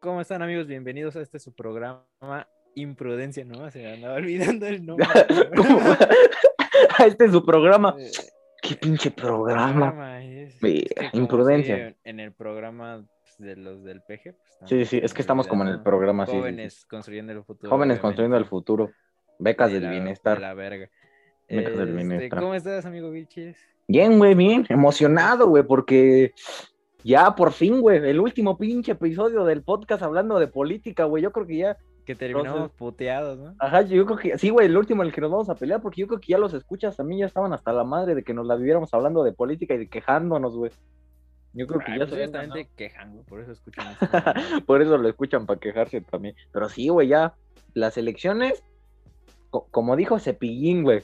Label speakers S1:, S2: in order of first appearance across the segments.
S1: ¿Cómo están amigos? Bienvenidos a este su programa Imprudencia, ¿no? Se me andaba olvidando el nombre.
S2: ¿Cómo? este es su programa.
S1: Eh,
S2: Qué pinche programa.
S1: programa, es-
S2: Ve,
S1: es que como
S2: Ah, imprudencia.
S1: estoy en- En el programa pues, de los del PG. pues, estamos
S2: Sí, sí, es que estamos como en el
S1: olvidando.
S2: programa, sí, sí, sí.
S1: Ah, Jóvenes construyendo el futuro.
S2: Jóvenes
S1: obviamente,
S2: construyendo el futuro. Becas
S1: de
S2: del
S1: la-
S2: bienestar.
S1: De la verga.
S2: Becas del
S1: Este,
S2: bienestar.
S1: ¿Cómo estás, amigo Vilches?
S2: Bien, güey, bien. Emocionado, güey, porque ya por fin, güey, el último pinche episodio del podcast hablando de política, güey. Yo creo que ya.
S1: Que terminamos puteados, ¿no?
S2: Ajá, yo creo que. Sí, güey, el último en el que nos vamos a pelear, porque yo creo que ya los escuchas a mí ya estaban hasta la madre de que nos la viviéramos hablando de política y de quejándonos, güey. Yo creo que
S1: Ay,
S2: ya
S1: pues,
S2: se
S1: ellos
S2: habían
S1: también te
S2: cansado.
S1: quejan, güey, por eso escuchan este esta mamada.
S2: Por eso lo escuchan para quejarse también. Pero sí, güey, ya las elecciones, co- como dijo Cepillín, güey,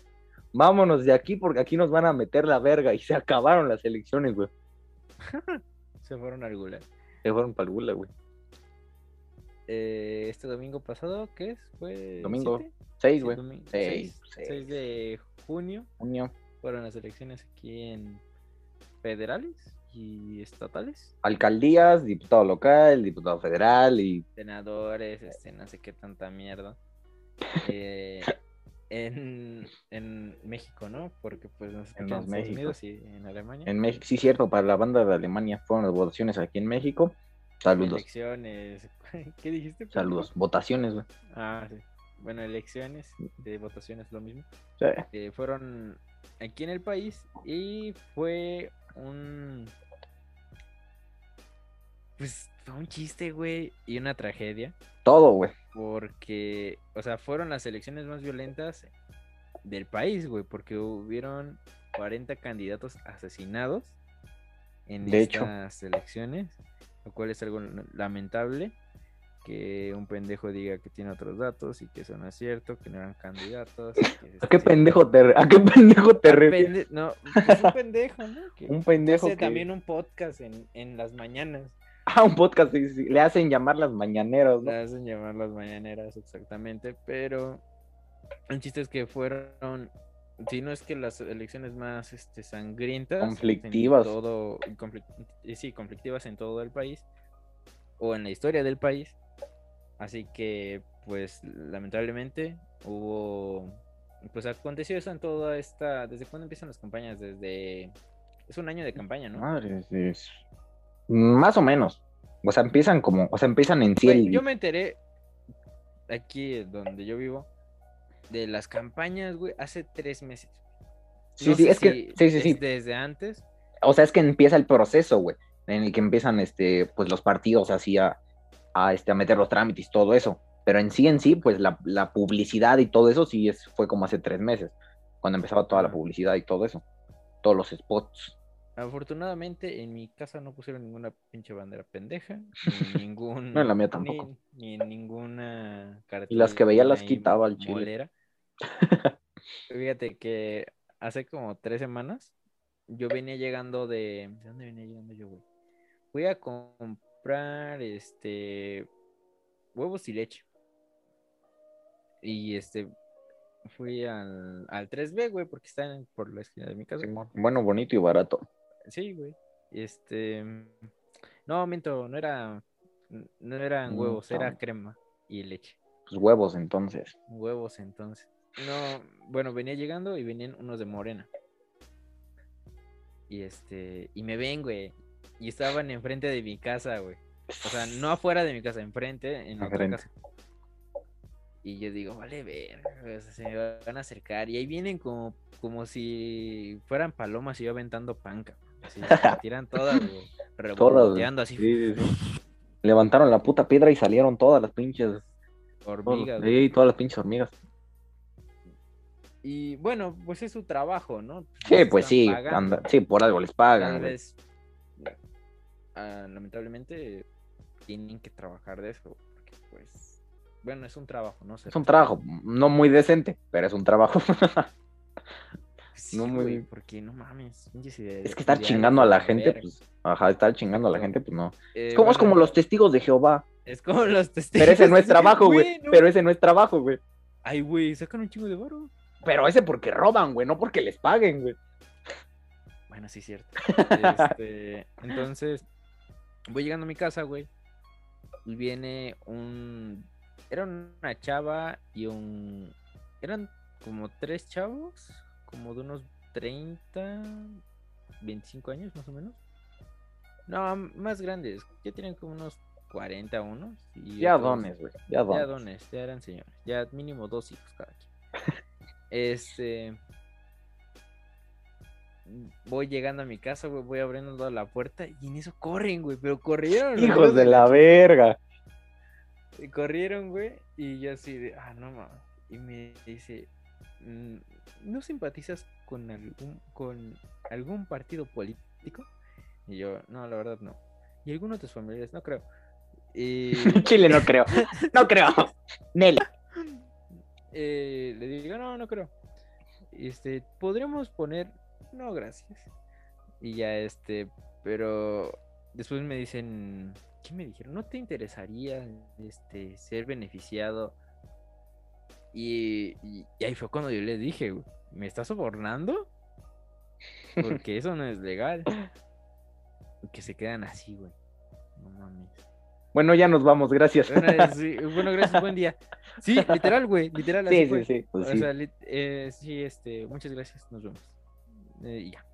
S2: vámonos de aquí porque aquí nos van a meter la verga y se acabaron las elecciones, güey.
S1: Se fueron al gulag.
S2: Se fueron para gula, güey.
S1: Eh, este domingo pasado, ¿qué es? ¿Fue
S2: Domingo.
S1: siete?
S2: Seis,
S1: Sí,
S2: güey.
S1: domingo,
S2: Seis,
S1: seis-
S2: seis.
S1: seis de junio
S2: Junio.
S1: fueron las elecciones aquí en federales y estatales.
S2: Alcaldías, diputado local, diputado federal y
S1: Senadores, este, no sé qué tanta mierda. Eh, en, en México, ¿no? Porque pues nos escuchan en Estados
S2: México.
S1: Unidos y en Alemania.
S2: en México. Sí, cierto, para la banda de Alemania fueron las votaciones aquí en México. Saludos,
S1: Elecciones. ¿Qué dijiste? pendejo?
S2: saludos. Votaciones, güey.
S1: Ah, sí. Bueno, elecciones de votaciones, lo mismo.
S2: Sí.
S1: eh, fueron aquí en el país y fue un pues fue un chiste güey y una tragedia
S2: Todo, güey.
S1: porque o sea fueron las elecciones más violentas del país güey porque hubieron 40 candidatos asesinados en
S2: De hecho.
S1: estas elecciones lo cual es algo lamentable que un pendejo diga que tiene otros datos y que eso no es cierto que no eran candidatos y que se
S2: ¿A
S1: está
S2: qué
S1: haciendo
S2: pendejo te, re- a qué pendejo te
S1: un
S2: refieres?
S1: pende- No, pues un pendejo, ¿no? Que
S2: Un pendejo
S1: hace
S2: que...
S1: también un podcast en, en las mañanas.
S2: Ah, un podcast, sí, sí, Le hacen llamar las mañaneras, ¿no?
S1: Le hacen llamar las mañaneras, exactamente. Pero el chiste es que fueron, si no es que las elecciones más este, sangrientas. en
S2: Conflictivas.
S1: todo, conflic- eh, sí, conflictivas en todo el país. O en la historia del país. Así que, pues, lamentablemente hubo. Pues aconteció eso en toda esta. ¿Desde cuándo empiezan las campañas? Desde. Es un año de campaña, ¿no?
S2: Madre, Más o menos. O sea, empiezan como, o sea, empiezan en sí
S1: Güey,
S2: el-
S1: yo me enteré aquí donde yo vivo de las campañas, güey, hace tres meses.
S2: Sí,
S1: No
S2: sí,
S1: sé
S2: es que,
S1: si
S2: sí, sí,
S1: es
S2: sí.
S1: Desde antes.
S2: O sea, es que empieza el proceso, güey, en el que empiezan, este, pues los partidos así a, a, este, a meter los trámites, todo eso. Pero en sí, en sí, pues la, la publicidad y todo eso sí es, fue como hace tres meses, cuando empezaba toda la
S1: Ajá.
S2: publicidad y todo eso. Todos los spots.
S1: Afortunadamente en mi casa no pusieron ninguna pinche bandera pendeja, ni ningún
S2: No, en la mía tampoco.
S1: Ni, ni ninguna
S2: Y las que veía las
S1: cartulina ahí
S2: quitaba al chile.
S1: molera. Fíjate que hace como tres semanas yo venía llegando de. ¿De dónde venía llegando yo, güey? Fui a comprar este huevos y leche. Y este fui al, al 3B, güey, porque están por la esquina de mi casa.
S2: Bueno, bonito y barato.
S1: Sí, güey. Este. No, miento, no era. No eran
S2: Mm,
S1: huevos, era
S2: tam-
S1: crema y leche.
S2: Pues huevos, entonces.
S1: Huevos, entonces. No, bueno, venía llegando y venían unos de Morena. Y este. Y me ven, güey. Y estaban enfrente de mi casa, güey. O sea, no afuera de mi casa, enfrente, en la otra
S2: Enfrente.
S1: casa. Y yo digo, vale, ver, o sea, se me van a acercar. Y ahí vienen como, como si fueran palomas y yo aventando panca. Así, se me tiran todas, güey, revoloteando así,
S2: Sí, sí, sí. Levantaron la puta piedra y salieron todas las pinches todos los-
S1: hormigas. güey.
S2: sí, todas las pinches hormigas.
S1: Y bueno, pues es su trabajo, ¿no?
S2: Sí,
S1: Les
S2: pues
S1: están
S2: sí,
S1: pagando.
S2: anda- sí, por algo les
S1: Tal
S2: pagan. güey.
S1: vez, ah, lamentablemente tienen que trabajar de eso. Porque, pues, bueno, es un trabajo, ¿no? Se
S2: Es un
S1: respeta.
S2: trabajo, no muy decente, pero es un trabajo.
S1: Sí,
S2: No muy-
S1: güey, porque no mames. pinches ideas-
S2: es que estar
S1: ideales
S2: chingando a la
S1: la
S2: gente,
S1: verga.
S2: pues, ajá, estar chingando a la
S1: No.
S2: gente, pues no.
S1: Eh,
S2: Es como, es
S1: bueno,
S2: como los testigos de Jehová,
S1: Es como los testigos.
S2: pero ese no es trabajo, güey.
S1: no.
S2: Pero ese no es trabajo, güey.
S1: Ay, güey, sacan un chingo de barro.
S2: Pero ese porque roban, güey, no porque les paguen, güey.
S1: Bueno, sí, cierto. Este, entonces, voy llegando a mi casa, güey. viene un. Era una chava y un. Eran como tres chavos, como de unos 30, 25 años más o menos. No, más grandes, ya tienen como unos 40 unos. Y
S2: Ya
S1: otros-
S2: dones, güey. Ya
S1: Ya
S2: dones.
S1: dones, ya eran señores. Ya mínimo dos hijos cada quien. este. Voy llegando a mi casa, güey, voy abriendo toda la puerta y en eso corren, güey, pero corrieron. güey,
S2: Hijos de la verga.
S1: y corrieron, güey, y yo así de, ah, no mames. Y me dice, "Mm, ¿no simpatizas con algún, con algún partido político? Y yo, no, la verdad no. ¿Y alguno de tus familiares? No creo. Y
S2: Chile no creo. No creo. Nel.
S1: eh, le digo, no, no creo. Este, podríamos poner, no, gracias. Y ya este, pero después me dicen, ¿qué me dijeron? ¿No te interesaría este, ser beneficiado? Y, y- y ahí fue cuando yo les dije, "Güey, ¿me estás sobornando? Porque eso no es legal. Y que se quedan así, güey. No mames.
S2: Bueno, ya nos vamos, gracias.
S1: Bueno, sí, bueno, gracias, buen día. Sí, literal, güey, literal. así
S2: sí,
S1: fue.
S2: sí, sí. Pues
S1: O
S2: sí.
S1: sea, lit- eh, sí, este, muchas gracias, nos vemos. Eh, y ya.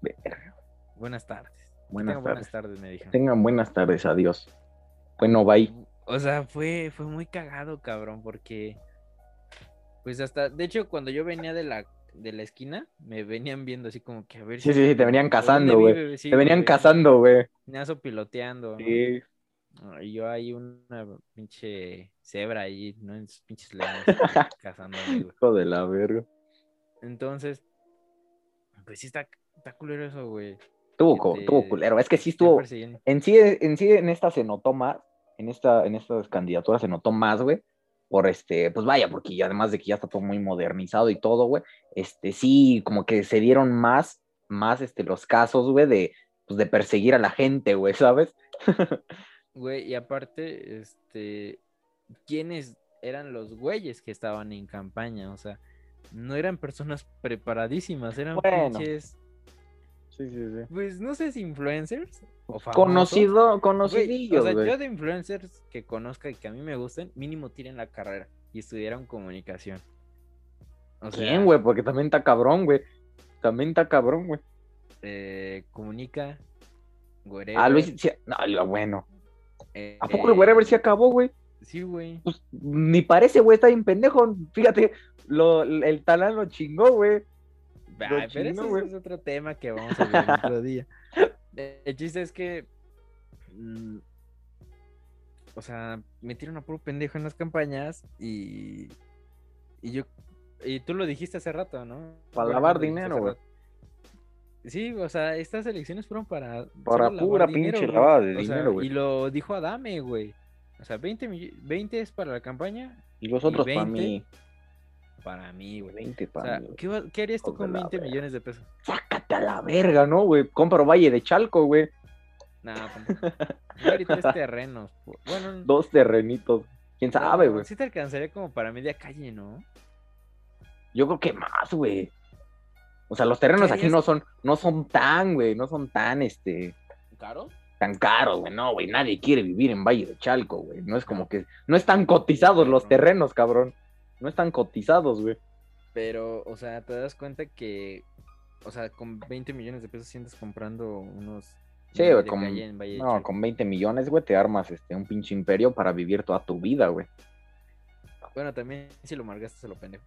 S2: Verga.
S1: Buenas tardes. Que
S2: Buenas
S1: tengan
S2: tardes.
S1: buenas tardes, me dijeron.
S2: Tengan buenas tardes, adiós. Bueno, bye.
S1: O sea, fue, fue muy cagado, cabrón, porque pues hasta, de hecho, cuando yo venía de la de la esquina, me venían viendo así como que a ver
S2: Sí, sí, sí, te venían cazando, güey. Te venían
S1: cazando
S2: cazando, güey.
S1: Ah. piloteando. ¿no?
S2: Sí.
S1: Ah, Y yo ahí una pinche cebra ahí, ¿no? En sus pinches leones cazando.
S2: Hijo de la verga.
S1: Entonces, pues sí está, está culero eso, güey.
S2: Estuvo,
S1: Que
S2: cu-
S1: te-
S2: estuvo culero. Es que sí
S1: Están
S2: estuvo.
S1: persiguiendo.
S2: En sí, en sí, en esta se notó más. En esta, en estas candidaturas se notó más, güey. Por este, pues vaya, porque ya además de que ya está todo muy modernizado y todo, güey. Este, sí, como que se dieron más, más este, los casos, güey, de, pues, de perseguir a la gente, güey, ¿sabes?
S1: Güey, y aparte, este, ¿quiénes eran los güeyes que estaban en campaña? O sea, no eran personas preparadísimas, eran
S2: Bueno.
S1: pinches,
S2: Sí, sí, sí.
S1: pues no sé si influencers o famosos.
S2: Conocido,
S1: Güey,
S2: conocidillo,
S1: o sea,
S2: güey.
S1: yo de influencers que conozca y que a mí me gusten, mínimo tiren la carrera y estudiaron comunicación. O sea,
S2: ¿Quién, güey? Porque también está cabrón, güey. También está cabrón, güey.
S1: eh, comunica, Wherever.
S2: Ah, Luis, sí- no, lo bueno.
S1: eh,
S2: ¿A poco el wherever sí acabó, güey?
S1: Sí, güey.
S2: Pues, ni parece, güey, está bien pendejo. Fíjate, lo, el talán lo chingó, güey.
S1: Ay, pero
S2: chino,
S1: eso
S2: güey.
S1: es otro tema que vamos a ver otro día. Eh, El chiste es que. mm, o sea, metieron a puro pendejo en las campañas y. Y yo. Y tú lo dijiste hace rato, ¿no?
S2: Pa'
S1: Bueno,
S2: lavar
S1: lo dijiste
S2: dinero,
S1: hace
S2: güey.
S1: rato. Sí, o sea, estas elecciones fueron para.
S2: Para
S1: solo lavar
S2: pura
S1: dinero,
S2: pinche
S1: güey.
S2: lavada de
S1: O sea,
S2: dinero, güey.
S1: Y lo dijo Adame, güey. O sea, 20, millo- 20 es para la campaña,
S2: Y los otros para
S1: 20,
S2: mí.
S1: para mí, güey.
S2: 20
S1: O
S2: para
S1: sea,
S2: mí. güey.
S1: ¿qué, va- qué harías tú
S2: Hijos de
S1: con
S2: la
S1: 20
S2: verga.
S1: millones de pesos?
S2: Sácate a la verga, ¿no, güey? Compro Valle de Chalco, güey.
S1: Nada, tampoco. pues Yo ahorita es terrenos. po- Bueno, n-
S2: Dos terrenitos. ¿Quién
S1: bueno,
S2: sabe, güey?
S1: Sí te alcanzaría como para media calle, ¿no?
S2: Yo creo que más, güey. O sea, los terrenos
S1: ¿Qué
S2: aquí no son, no son tan, güey, no son tan, este,
S1: ¿Caro?
S2: tan caros, güey. No, güey, nadie quiere vivir en Valle de Chalco, güey. No es como que, no están cotizados los terrenos, cabrón. No están cotizados, güey.
S1: Pero, o sea, te das cuenta que, o sea, con 20 millones de pesos sientes comprando unos...
S2: Sí,
S1: metros
S2: güey,
S1: de
S2: con-
S1: calle en Valle de
S2: No,
S1: Chalco.
S2: con 20 millones, güey, te armas este, un pinche imperio para vivir toda tu vida, güey.
S1: Bueno, también si lo malgastas se lo pendejo.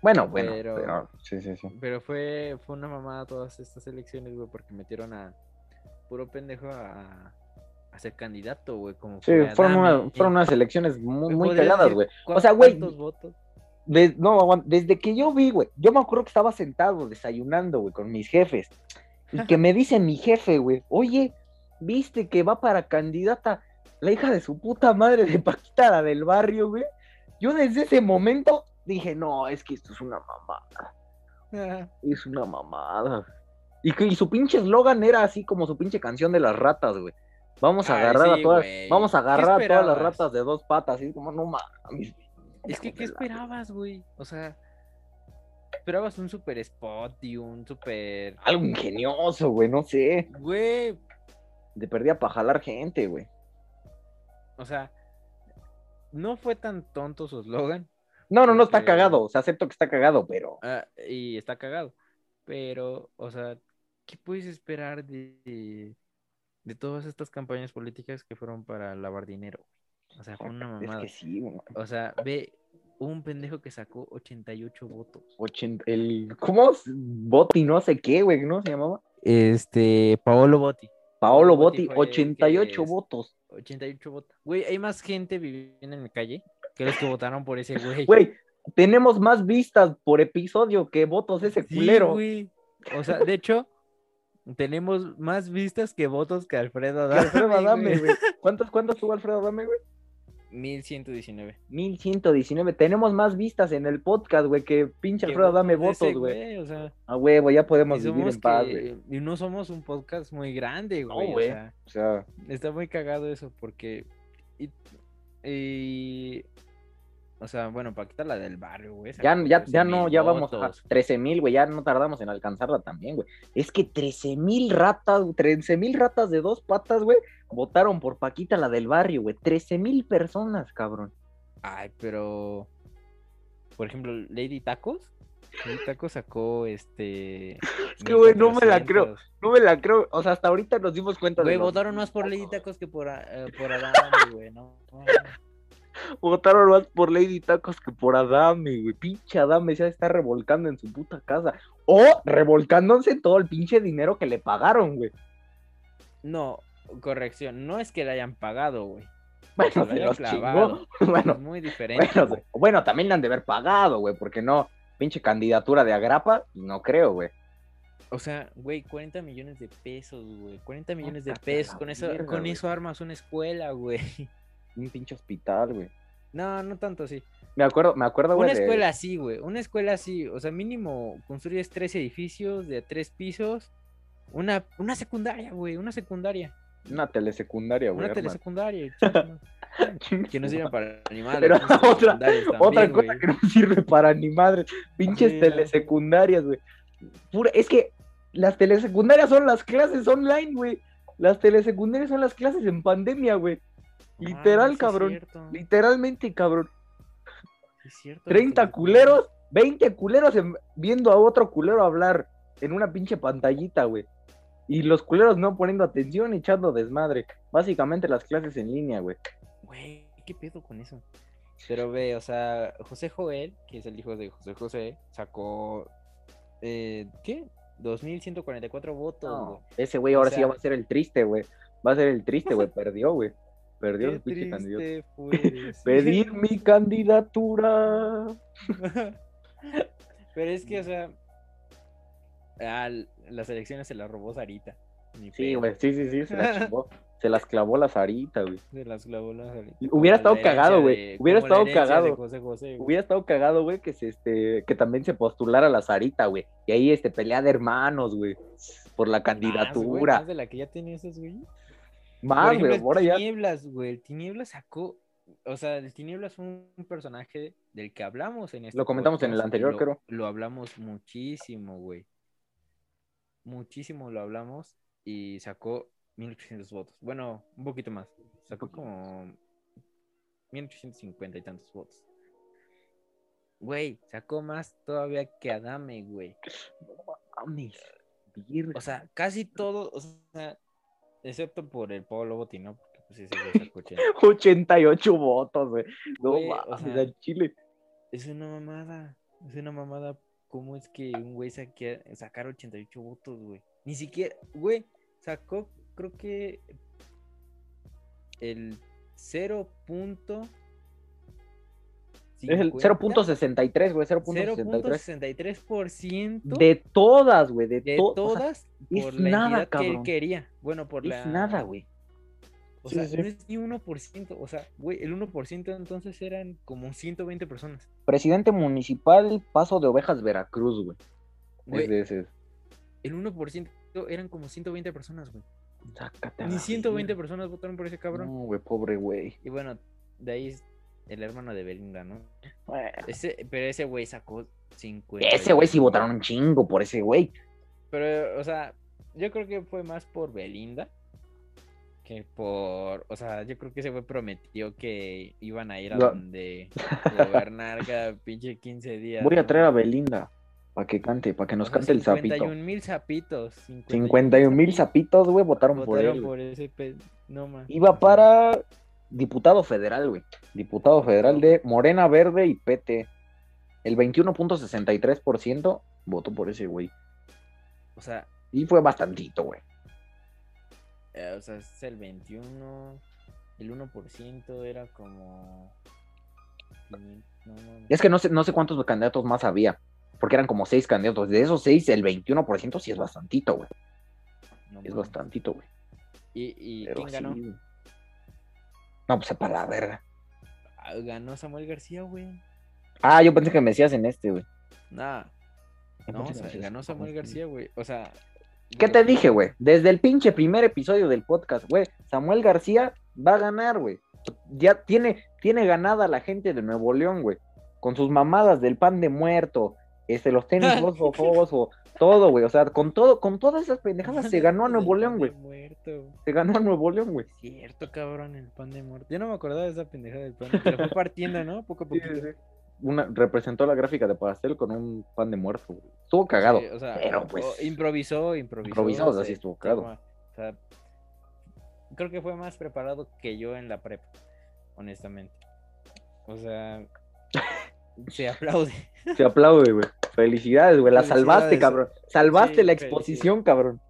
S2: Bueno, bueno,
S1: Pero-
S2: pero... sí, sí, sí.
S1: Pero fue, fue una mamada todas estas elecciones, güey, porque metieron a puro pendejo a, a ser candidato, güey. Como
S2: Sí,
S1: fue
S2: fueron,
S1: Adame.
S2: unas, fueron unas elecciones muy,
S1: Güey,
S2: muy
S1: ¿podrías
S2: cagadas,
S1: decir
S2: güey.
S1: cuán-
S2: sea, güey,
S1: cuántos votos?
S2: De- no, aguanta, desde que yo vi, güey, yo me acuerdo que estaba sentado desayunando, güey, con mis jefes. Y que me dice mi jefe, güey, oye, viste que va para candidata la hija de su puta madre de Paquita, la del barrio, güey. Yo desde ese momento dije, no, es que esto es una mamada. Es una mamada. Y, que, y su pinche eslogan era así como su pinche canción de las ratas, güey. Vamos a
S1: Ay,
S2: agarrar
S1: sí,
S2: a todas,
S1: güey.
S2: vamos a
S1: ¿Qué
S2: agarrar a todas las
S1: esperabas?
S2: ratas de dos patas, y es como no mames. güey.
S1: Es que, ¿qué
S2: Hijos de la-
S1: esperabas, güey? O sea, esperabas un super spot y un super.
S2: Algo ingenioso, güey, no sé.
S1: Güey,
S2: Te perdía para jalar gente, güey.
S1: o sea, no fue tan tonto su eslogan
S2: No, no, no está
S1: Porque-
S2: cagado. O sea, acepto que está cagado, pero.
S1: ah, y está cagado. Pero, o sea, ¿qué puedes esperar de, de, de todas estas campañas políticas que fueron para lavar dinero? O sea, fue una
S2: Es
S1: mamada.
S2: que sí, güey.
S1: O sea, ve un pendejo que sacó 88 votos.
S2: Ochenta- el, ¿Cómo? Boti, no sé qué, güey, ¿no? Se llamaba.
S1: Este, Paolo Botti.
S2: Paolo
S1: Botti
S2: Boti,
S1: fue el que
S2: 88
S1: es-
S2: votos.
S1: 88 votos. Güey, hay más gente viviendo en mi calle que los que votaron por ese güey.
S2: Güey, tenemos más vistas por episodio que votos ese
S1: Sí,
S2: culero.
S1: güey. O sea, de hecho, tenemos más vistas que votos que Alfredo
S2: Que
S1: Adame.
S2: Alfredo Adame,
S1: güey.
S2: güey. ¿Cuántos, ¿Cuántos tuvo Alfredo Adame, güey?
S1: 1119.
S2: 1119. Tenemos más vistas en el podcast, güey, que pinche
S1: Que
S2: Alfredo Adame
S1: votos de
S2: votos,
S1: ese
S2: güey.
S1: O sea,
S2: A huevo, ya podemos
S1: y,
S2: vivir
S1: somos
S2: en paz,
S1: que-
S2: güey.
S1: y no somos un podcast muy grande, güey. o
S2: güey.
S1: sea,
S2: O sea,
S1: está muy cagado eso porque. Y, y- o sea, bueno, Paquita la del barrio, güey.
S2: ya,
S1: sacó
S2: ya, ya
S1: 13,000
S2: no, ya vamos a
S1: votos.
S2: 13 mil, güey, ya no tardamos en alcanzarla también, güey. Es que 13 mil ratas, 13 mil ratas de dos patas, güey, votaron por Paquita la del barrio, güey. 13 mil personas, cabrón.
S1: Ay, pero. Por ejemplo, Lady Tacos. Lady Tacos sacó este.
S2: Es que, güey, no me la creo.
S1: 1400.
S2: No me la creo, o sea, hasta ahorita nos dimos cuenta
S1: Güey,
S2: los-
S1: votaron más por Lady Tacos que por, eh, por Adame, güey, no. mames.
S2: Votaron más por Lady Tacos que por Adame, güey. Pinche Adame se está revolcando en su puta casa. O revolcándose todo el pinche dinero que le pagaron, güey.
S1: No, corrección, no es que le hayan pagado, güey.
S2: Bueno,
S1: Se lo
S2: se
S1: hayan
S2: los
S1: clavado.
S2: chingó.
S1: es
S2: Bueno,
S1: muy diferente.
S2: bueno,
S1: güey.
S2: bueno, también le han de haber pagado, güey, porque no. Pinche candidatura de agrapa, no creo, güey.
S1: O sea, güey, 40 millones de pesos, güey. 40 millones de
S2: Sácate a
S1: pesos.
S2: la
S1: Con eso,
S2: verga,
S1: con
S2: güey.
S1: eso armas una escuela, güey.
S2: Un pinche hospital, güey.
S1: No, no tanto así.
S2: Me acuerdo, me acuerdo, güey.
S1: Una
S2: de-
S1: escuela así, güey. Una escuela así. O sea, mínimo construyes tres edificios de tres pisos. Una, una secundaria, güey. Una secundaria.
S2: Una telesecundaria, güey.
S1: Una
S2: hermano.
S1: telesecundaria. chinga, que no sirven para animales.
S2: Pero
S1: pinches
S2: otra-
S1: secundarias
S2: Otra
S1: también,
S2: cosa
S1: güey.
S2: que no sirve para ni madre. Pinches
S1: Sí, no.
S2: telesecundarias, güey. Pura- Es que las telesecundarias son las clases online, güey. Las telesecundarias son las clases en pandemia, güey. Literal,
S1: sí Ah, es
S2: cabrón.
S1: cierto,
S2: Literalmente, cabrón.
S1: sí es cierto,
S2: 30
S1: porque-
S2: culeros, 20 culeros en- viendo a otro culero hablar en una pinche pantallita, güey. Y los culeros no poniendo atención, echando desmadre. Básicamente las clases en línea, güey.
S1: Güey, ¿qué pedo con eso? Pero ve, o sea, José Joel, que es el hijo de José José, sacó. Eh, ¿Qué? 2144 votos. güey.
S2: No, ese güey
S1: O
S2: ahora sí
S1: sea-
S2: ya va a ser el triste, güey. Va a ser el triste, güey. Perdió, güey. Perdió
S1: Qué
S2: el pinche candidato.
S1: triste fue
S2: Pedir mi candidatura.
S1: ser. Pero es
S2: Mm.
S1: que, o sea. ah, al- las elecciones se las robó Sarita. Ni
S2: Sí,
S1: pedo,
S2: güey. Sí, sí, sí. Se las chingó. Se las clavó la zarita, güey.
S1: Se las clavó la Sarita.
S2: Hubiera
S1: Como la
S2: estado
S1: herencia
S2: cagado, güey.
S1: de-
S2: Hubiera
S1: como la
S2: estado
S1: herencia de
S2: cagado.
S1: José José, güey.
S2: Hubiera estado cagado, güey, que se, este, que también se postulara la zarita, güey. Y ahí este pelea de hermanos, güey. Por la
S1: Más, güey,
S2: candidatura.
S1: más de la que ya tiene esos, güey.
S2: Más,
S1: Por
S2: güey.
S1: ejemplo,
S2: Ahora
S1: el
S2: ya.
S1: Tinieblas, güey. El Tinieblas sacó. O sea, el Tinieblas fue un personaje del que hablamos en este
S2: Lo comentamos en el
S1: podcast,
S2: anterior,
S1: lo-
S2: creo.
S1: Lo hablamos muchísimo, güey. Muchísimo lo hablamos y sacó 1800 votos. Bueno, un poquito más. Sacó como 1850 y tantos votos. Güey, sacó más todavía que Adame, güey.
S2: Mames, virga.
S1: O sea, casi todo, o sea, excepto por el Pablo Botín, ¿no? Porque pues ese güey sacó 80.
S2: 88 votos, güey. No
S1: Güey, o
S2: mames,
S1: sea,
S2: al chile.
S1: Es una mamada. Es una mamada. ¿Cómo es que un güey saque, sacar 88 votos, güey? Ni siquiera, güey, sacó, creo que el 0.
S2: Es el 0.63, güey, 0.63.
S1: 0.63%
S2: De todas, güey, de,
S1: de
S2: to- o sea,
S1: todas
S2: es
S1: por la
S2: nada,
S1: entidad que
S2: cabrón.
S1: él quería. Bueno, por la.
S2: es nada, güey.
S1: O
S2: Sí,
S1: sea,
S2: sí, sí.
S1: no es ni 1%. O sea, güey, el 1% entonces eran como 120 personas.
S2: Presidente municipal, Paso de Ovejas, Veracruz, güey.
S1: Güey,
S2: Es de ese.
S1: el 1% eran como 120 personas, güey.
S2: Sácate a
S1: Ni
S2: la
S1: 120
S2: verga.
S1: personas votaron por ese cabrón.
S2: No, güey, pobre güey.
S1: Y bueno, de ahí es el hermano de Belinda, ¿no?
S2: Bueno,
S1: Ese, pero ese güey sacó 50.
S2: Ese güey sí votaron un chingo por ese güey.
S1: Pero, o sea, yo creo que fue más por Belinda que que por, o sea, yo creo que se fue prometió que iban a ir a
S2: No.
S1: donde gobernar cada pinche 15 días.
S2: Voy a
S1: ¿no?
S2: traer a Belinda para que cante, para que nos
S1: O sea,
S2: cante el sapito.
S1: 51 mil sapitos.
S2: 51 mil sapitos, güey, votaron por
S1: Votaron
S2: él.
S1: por ese pe- No más.
S2: Iba para diputado federal, güey. Diputado federal de Morena Verde y PT. El 21.63% votó por ese, güey.
S1: O sea,
S2: Y fue bastantito, güey.
S1: eh, o sea, es el 21. El 1% era como. 500, no mames.
S2: Es que no sé, no sé cuántos candidatos más había, porque eran como seis candidatos. De esos seis, el 21% sí es bastantito, güey.
S1: No
S2: Es
S1: mames.
S2: bastantito, güey.
S1: ¿Y, y
S2: Pero
S1: quién ganó?
S2: sí, güey. No, pues para la verga.
S1: Ah, Ganó Samuel García, güey.
S2: Ah, yo pensé que me decías en este, güey.
S1: Nah.
S2: Yo
S1: No, o
S2: pensé que
S1: sea,
S2: me decías-
S1: ganó Samuel García, güey. O sea.
S2: ¿Qué
S1: yo-
S2: te dije, güey? Desde el pinche primer episodio del podcast, güey, Samuel García va a ganar, güey. Ya tiene, tiene ganada la gente de Nuevo León, güey. Con sus mamadas del pan de muerto, este, los tenis fosfo, fosfo, todo, güey. O sea, con todo, con todas esas pendejadas se ganó a
S1: El
S2: Nuevo
S1: pan
S2: León,
S1: de
S2: güey.
S1: Muerto.
S2: Se ganó a Nuevo León, güey.
S1: Cierto, cabrón, el pan de muerto. Yo no me acordaba de esa pendejada del pan. Pero fue partiendo, ¿no? Poco a poquito.
S2: Una, representó la gráfica de pastel con un pan de muerto, güey. Estuvo cagado.
S1: Sí, o sea,
S2: pero,
S1: o-
S2: pues,
S1: improvisó, improvisó.
S2: improvisado, o sea,
S1: se-
S2: sí estuvo cagado.
S1: toma- o sea, creo que fue más preparado que yo en la prepa, honestamente. O sea, se aplaude.
S2: Se aplaude, güey. Felicidades, güey. La salvaste,
S1: Felicidades.
S2: cabrón. Salvaste
S1: Sí,
S2: la exposición, cabrón.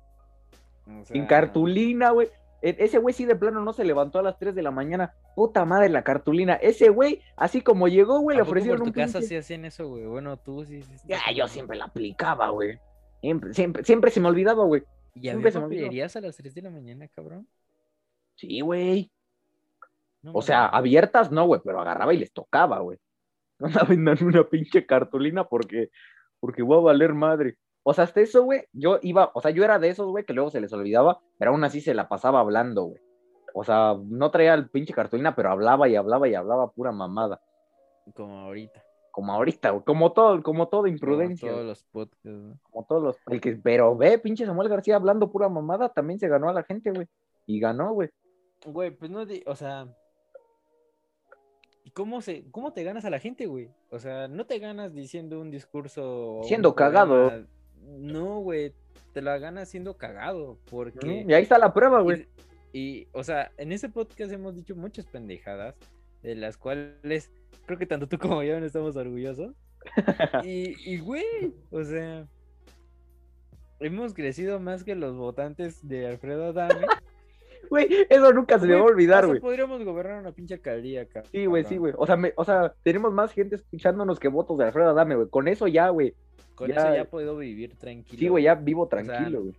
S1: O sea,
S2: Sin cartulina, güey. E- Ese güey sí de plano no se levantó a las 3 de la mañana. Puta madre, la cartulina. Ese güey, así como llegó,
S1: ¿a
S2: güey, le
S1: poco
S2: ofrecieron
S1: por
S2: un
S1: tu casa
S2: pinche-
S1: sí hacían eso, güey. Bueno, tú sí. sí, sí,
S2: Ya,
S1: sí,
S2: yo
S1: ¿no?
S2: siempre la aplicaba, güey. Siempre, siempre, siempre se me olvidaba, güey.
S1: ¿Y
S2: nunca
S1: había
S2: se me olvidó.
S1: papelerías a las 3 de la mañana, cabrón?
S2: Sí, güey.
S1: No
S2: O
S1: mames.
S2: sea, abiertas no, güey, pero agarraba y les tocaba, güey. No me vendan una pinche cartulina porque, porque voy a valer madre. O sea, hasta eso, güey, yo iba, o sea, yo era de esos, güey, que luego se les olvidaba, pero aún así se la pasaba hablando, güey. O sea, no traía el pinche cartulina, pero hablaba y hablaba y hablaba pura mamada.
S1: como ahorita.
S2: Como ahorita, güey, como todo, como todo
S1: como
S2: imprudencia,
S1: Todos
S2: güey,
S1: los podcasts, ¿no?
S2: como todos los... el que- Pero ve, pinche Samuel García hablando pura mamada, también se ganó a la gente, güey. Y ganó, güey.
S1: Güey, pues no, di- o sea, ¿y ¿cómo, se, ¿cómo te ganas a la gente, güey? O sea, no te ganas diciendo un discurso. o un
S2: Siendo cagado.
S1: programa. No, güey, te la ganas siendo cagado, porque...
S2: Y ahí está la prueba, güey.
S1: Y, y, o sea, en ese podcast hemos dicho muchas pendejadas, de las cuales creo que tanto tú como yo no estamos orgullosos. Y, y, güey, o sea, hemos crecido más que los votantes de Alfredo Adame.
S2: Güey, eso nunca se me va a
S1: Güey,
S2: olvidar,
S1: hasta
S2: güey.
S1: Podríamos gobernar una pinche alcaldía, cabrón.
S2: Sí, güey, sí, güey. O sea, me- o sea, tenemos más gente escuchándonos que votos de Alfredo Adame, güey. Con eso ya, güey.
S1: Con
S2: Ya.
S1: eso ya puedo vivir tranquilo.
S2: Sí, güey, ya vivo
S1: sea,
S2: tranquilo, güey.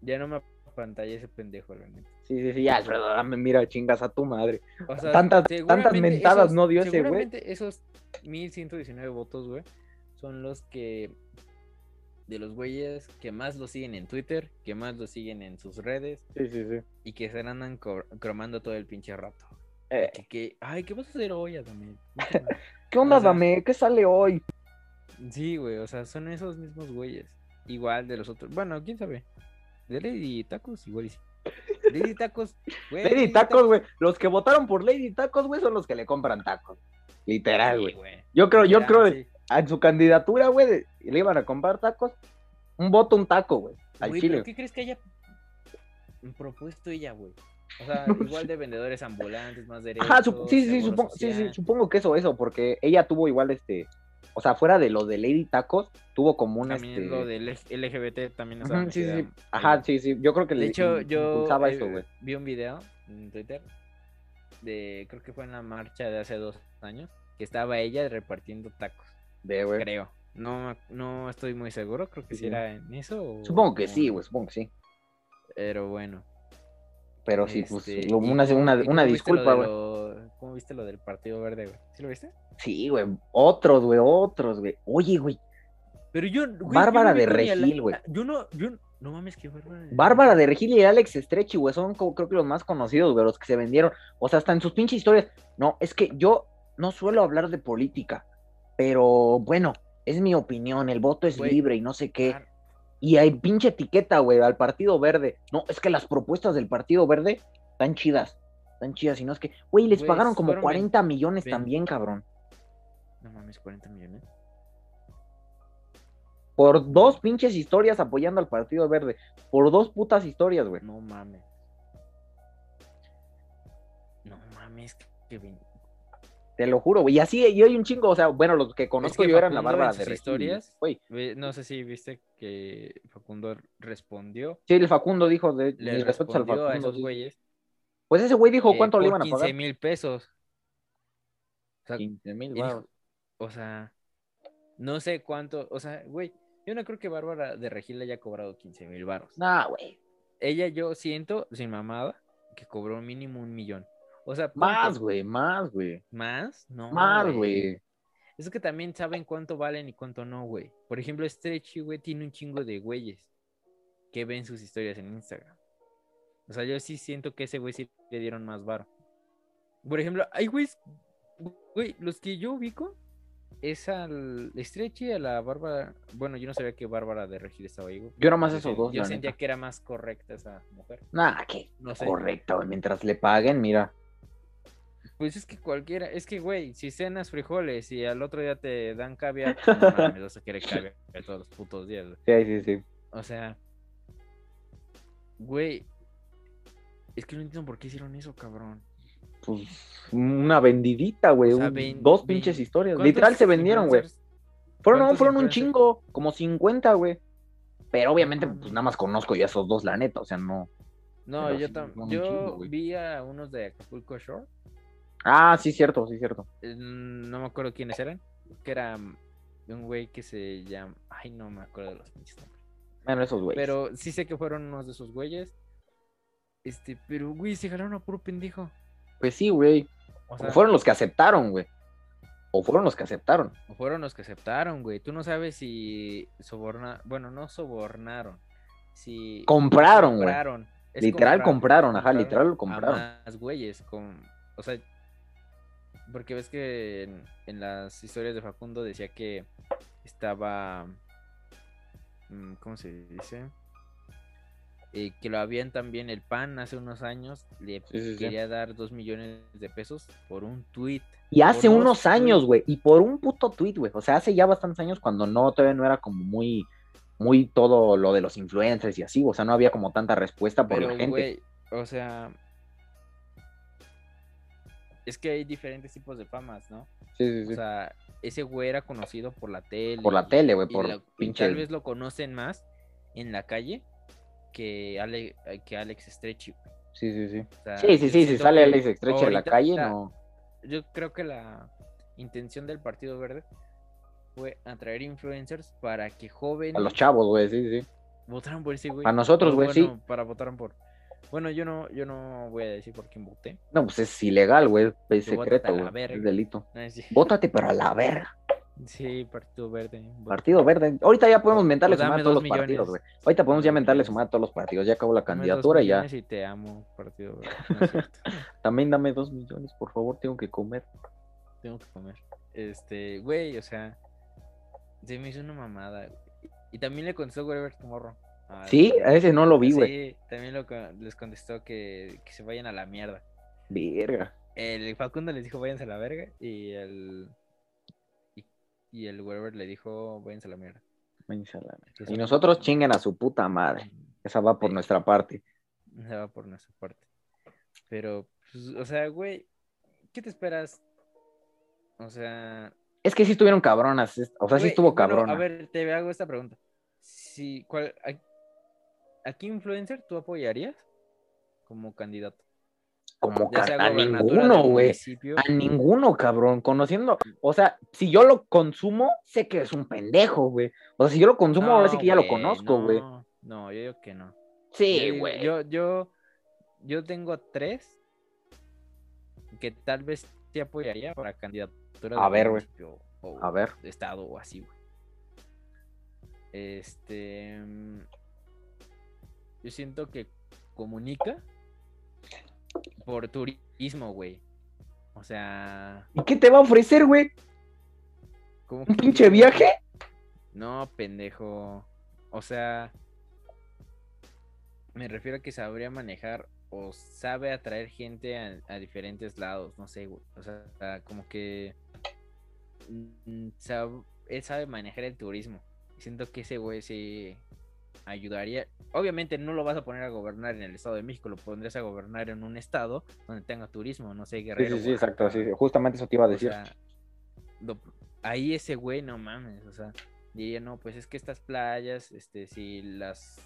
S1: Ya no me apantalla ese pendejo, la neta.
S2: Sí, sí, sí, ya, Alfredo Adame, mira, chingas a tu madre.
S1: O sea,
S2: Tantas-
S1: seguramente
S2: tantas mentadas
S1: esos-
S2: no dio ese güey.
S1: Seguramente esos 1119 votos, güey, son los que. De los güeyes que más lo siguen en Twitter, que más lo siguen en sus redes
S2: Sí, sí, sí.
S1: y que se andan co- cromando todo el pinche rato.
S2: Eh,
S1: Que, que, ay, ¿qué vas a hacer hoy, Adame?
S2: ¿Qué onda,
S1: O sea-
S2: Adame? ¿Qué sale hoy?
S1: Sí, güey, o sea, son esos mismos güeyes. Igual de los otros. Bueno, quién sabe. De Lady Tacos, igual y sí. Lady Tacos, güey.
S2: Lady Tacos, güey. Los que votaron por Lady Tacos, güey, son los que le compran tacos. Literal,
S1: Sí,
S2: ah, güey. Yo creo, yo
S1: Ya,
S2: creo,
S1: sí.
S2: en su candidatura, güey, de- le iban a comprar tacos. Un voto, un taco, güey. Al
S1: Güey,
S2: chile.
S1: ¿pero ¿Qué crees que haya propuesto ella, güey? O sea,
S2: No
S1: igual
S2: sé.
S1: de vendedores ambulantes, más derechos.
S2: Ajá, sup- sí, sí, sí,
S1: seguro
S2: supongo, sí, sí,
S1: social.
S2: supongo que eso, eso, porque ella tuvo igual este, o sea, fuera de lo de Lady Tacos, tuvo como un
S1: También
S2: este.
S1: lo del LGBT también
S2: Ujú,
S1: estaba
S2: sí, sí, sí.
S1: metida ahí.
S2: Ajá, sí, sí. Yo creo que
S1: De hecho, yo
S2: usaba
S1: eh,
S2: eso, güey.
S1: vi un video en Twitter de, creo que fue en la marcha de hace dos años, que estaba ella repartiendo tacos,
S2: De, güey.
S1: creo. No, me ac- no estoy muy seguro, creo que si
S2: Sí, sí.
S1: era en eso. o-
S2: Supongo que
S1: o
S2: sí,
S1: no.
S2: güey, supongo que sí.
S1: Pero bueno.
S2: Pero sí, pues,
S1: este,
S2: lo-
S1: ¿y
S2: una,
S1: cómo-
S2: una,
S1: y
S2: una
S1: cómo viste lo
S2: disculpa,
S1: de
S2: güey.
S1: lo- ¿Cómo viste lo del Partido Verde, güey? ¿Sí lo viste?
S2: Sí, güey. Otros, güey, otros, güey. Oye, güey.
S1: Pero yo. güey, yo no
S2: Bárbara
S1: vi
S2: de
S1: con ni a la-
S2: Regil, güey.
S1: Yo no, yo no- no mames que Bárbara. de-
S2: Bárbara de Regil y Alex Estrechi, güey, son co- creo que los más conocidos, güey, los que se vendieron. O sea, hasta en sus pinches historias. No, es que yo no suelo hablar de política, pero bueno, es mi opinión, el voto es
S1: Güey,
S2: libre y no sé qué.
S1: Bar-
S2: Y hay pinche etiqueta, güey, al Partido Verde. No, es que las propuestas del Partido Verde Tan chidas. Tan chidas. Y no es que, güey, les
S1: Güey,
S2: pagaron como
S1: fueron
S2: 40 millones
S1: vein-
S2: también, cabrón.
S1: No mames, 40 millones.
S2: Por dos pinches historias apoyando al Partido Verde. Por dos putas historias, güey.
S1: No mames. No mames, que bien.
S2: Te lo juro, güey. Y así, y hay un chingo, o sea, bueno, los que conozco
S1: que
S2: yo eran la
S1: Facundo en
S2: Bárbara
S1: sus
S2: de Regil,
S1: historias-
S2: Güey,
S1: Ve- No sé si viste que Facundo respondió.
S2: sí, el Facundo dijo de
S1: Le
S2: mis respetos al
S1: respondió a
S2: Facundo.
S1: esos
S2: sí.
S1: güeyes.
S2: pues ese güey dijo
S1: eh,
S2: cuánto le
S1: por
S2: iban a pagar.
S1: 15 mil pesos. O sea,
S2: 15 mil,
S1: Y dijo- o sea, no sé cuánto. O sea, güey, yo no creo que Bárbara de Regil le haya cobrado 15 mil baros.
S2: Nah, güey.
S1: Ella, yo siento, sin mamada, que cobró mínimo un millón. O sea, ponte,
S2: Más, güey, más, güey.
S1: Más, no.
S2: Más, güey.
S1: Es que también saben cuánto valen y cuánto no, güey. Por ejemplo, Stretchy, güey, tiene un chingo de güeyes que ven sus historias en Instagram. O sea, yo sí siento que ese güey sí le dieron más varo. Por ejemplo, hay güeyes, güey, los que yo ubico es al Stretchy, a la Bárbara. Bueno, yo no sabía que Bárbara de Regil estaba ahí, güey.
S2: Yo nomás
S1: Yo
S2: esos
S1: sen-
S2: dos,
S1: Yo
S2: la
S1: sentía
S2: neta.
S1: que era más correcta esa mujer.
S2: Nah, qué
S1: No sé.
S2: correcto, güey. Mientras le paguen, mira.
S1: Pues es que cualquiera, es que güey, si cenas frijoles y al otro día te dan caviar, pues, no mames, vas a querer caviar todos los putos días. güey.
S2: Sí, sí, sí.
S1: O sea, güey, es que no entiendo por qué hicieron eso, cabrón.
S2: Pues una vendidita, güey.
S1: O sea,
S2: un-
S1: ven-
S2: dos
S1: ven-
S2: pinches historias.
S1: ¿Cuántos
S2: Literal se vendieron, güey.
S1: influencers?
S2: Fueron, no,
S1: cuántos
S2: fueron un
S1: influencers?
S2: chingo, como 50, güey. Pero obviamente,
S1: mames.
S2: pues nada más conozco yo a esos dos, la neta. O sea, no.
S1: No,
S2: Pero
S1: yo
S2: sí,
S1: tam-
S2: fueron un
S1: yo
S2: chingo, güey.
S1: vi a unos de Acapulco Shore,
S2: Ah, sí, cierto, sí, cierto.
S1: eh, no me acuerdo quiénes eran, que era mm, un güey que se llama, ay, no me acuerdo de los pinches nombres.
S2: Bueno, esos güeyes.
S1: Pero sí sé que fueron unos de esos güeyes. Este, pero güey, se jalaron a puro pendejo.
S2: Pues sí, güey.
S1: O
S2: O
S1: sea,
S2: fueron los que aceptaron, güey. O fueron los que aceptaron.
S1: o fueron los que aceptaron, güey. Tú no sabes si sobornaron. Bueno, no sobornaron. Si
S2: Compraron, güey.
S1: compraron. Es
S2: Literal
S1: comprar,
S2: compraron, ajá, literal compraron.
S1: A más güeyes. Con, o sea, porque ves que en, en las historias de Facundo decía que estaba. mm, ¿Cómo se dice? Eh, que lo habían también el PAN hace unos años. Le
S2: Sí, sí, sí.
S1: quería dar dos millones de pesos por un tweet.
S2: Y hace
S1: Por dos
S2: unos años,
S1: tweets.
S2: güey, y por un puto tweet, güey. O sea, hace ya bastantes años cuando no, todavía no era como muy, muy todo lo de los influencers y así. O sea, no había como tanta respuesta por la
S1: Pero,
S2: gente.
S1: güey, o sea. Es que hay diferentes tipos de famas, ¿no?
S2: sí, sí,
S1: O sea, ese güey era conocido por la tele.
S2: por la tele, güey,
S1: y
S2: por
S1: la- y
S2: pinche.
S1: Tal vez lo conocen más en la calle que, Ale- eh, que Alex Stretchy. güey.
S2: Sí, sí, sí.
S1: O sea,
S2: Sí,
S1: yo
S2: sí, sí, si
S1: siento
S2: sale
S1: que
S2: Alex Estrecha en la
S1: ahorita-
S2: calle, no.
S1: Yo creo que la intención del Partido Verde fue atraer influencers para que
S2: A
S1: jóvenes
S2: los chavos, güey, sí, sí.
S1: votaran por ese güey.
S2: A nosotros,
S1: O
S2: güey,
S1: bueno,
S2: sí.
S1: Para votaran por. Bueno, yo no, yo no voy a decir por quién voté.
S2: No, pues es ilegal, güey. Es
S1: Que bótate a
S2: secreto,
S1: la
S2: güey.
S1: verga.
S2: Es delito.
S1: No, es-
S2: Bótate, pero a la verga.
S1: Ah, Sí, Partido Verde. voté.
S2: Partido Verde. Ahorita ya podemos
S1: O-
S2: mentarle
S1: o
S2: su madre
S1: Pues dame
S2: a todos los
S1: dos
S2: partidos, güey.
S1: millones.
S2: Ahorita podemos ya
S1: Dame
S2: mentarle
S1: millones.
S2: su madre a todos los partidos. Ya acabó la
S1: Dame dos
S2: candidatura y ya.
S1: millones Y te amo, Partido Verde. No es cierto.
S2: También dame dos millones, por favor, tengo que comer.
S1: Tengo que comer. Este, güey, o sea, se me hizo una mamada. güey. Y también le contestó Wherever Tomorrow. a-
S2: Sí, a ese no lo vi, güey.
S1: Sí, también lo co- les contestó que, que se vayan a la mierda.
S2: Verga.
S1: El Facundo les dijo váyanse a la verga y el. Y, y el Wherever le dijo váyanse a la mierda.
S2: váyanse a la verga.
S1: Entonces,
S2: Y nosotros chinguen a su puta madre. Esa va por
S1: Mm. Sí.
S2: nuestra parte.
S1: se va por nuestra parte. Pero, pues, o sea, güey, ¿qué te esperas? O sea,
S2: Es que sí estuvieron cabronas. es- O sea, sí
S1: Güey,
S2: estuvo
S1: bueno,
S2: cabrona.
S1: a ver, te hago esta pregunta. Si, ¿cuál, a, a qué influencer tú apoyarías como candidato?
S2: Como
S1: Ya sea
S2: ca- a
S1: gobernatura
S2: ninguno,
S1: del
S2: güey.
S1: municipio.
S2: A ninguno, cabrón. Conociendo. O sea, si yo lo consumo, sé que es un pendejo, güey. O sea, si yo lo consumo, ahora sí que ya lo
S1: güey,
S2: conozco, güey.
S1: No, no, yo digo que no. Yo
S2: Sí,
S1: digo-
S2: güey.
S1: Eh, Yo, yo, yo tengo tres que tal vez te apoyaría para candidatura
S2: A
S1: del
S2: ver, güey.
S1: municipio o
S2: A ver.
S1: de estado o así, güey. Este. mm, Yo siento que comunica por turismo, güey. O sea,
S2: ¿Y qué te va a ofrecer, güey?
S1: como
S2: ¿Un pinche viaje?
S1: No, pendejo. O sea, me refiero a que sabría manejar o sabe atraer gente a, a diferentes lados, no sé, güey. O sea, como que mm, sab- él sabe manejar el turismo. Siento que ese güey sí ayudaría. Obviamente no lo vas a poner a gobernar en el Estado de México, lo pondrías a gobernar en un estado donde tenga turismo, no sé,
S2: Sí,
S1: Guerrero.
S2: sí, sí,
S1: Oaxaca,
S2: exacto. sí, sí. Justamente eso te iba a
S1: o
S2: decir.
S1: sea, lo- ahí ese güey, no mames, o sea, diría, no, pues es que estas playas, este, si las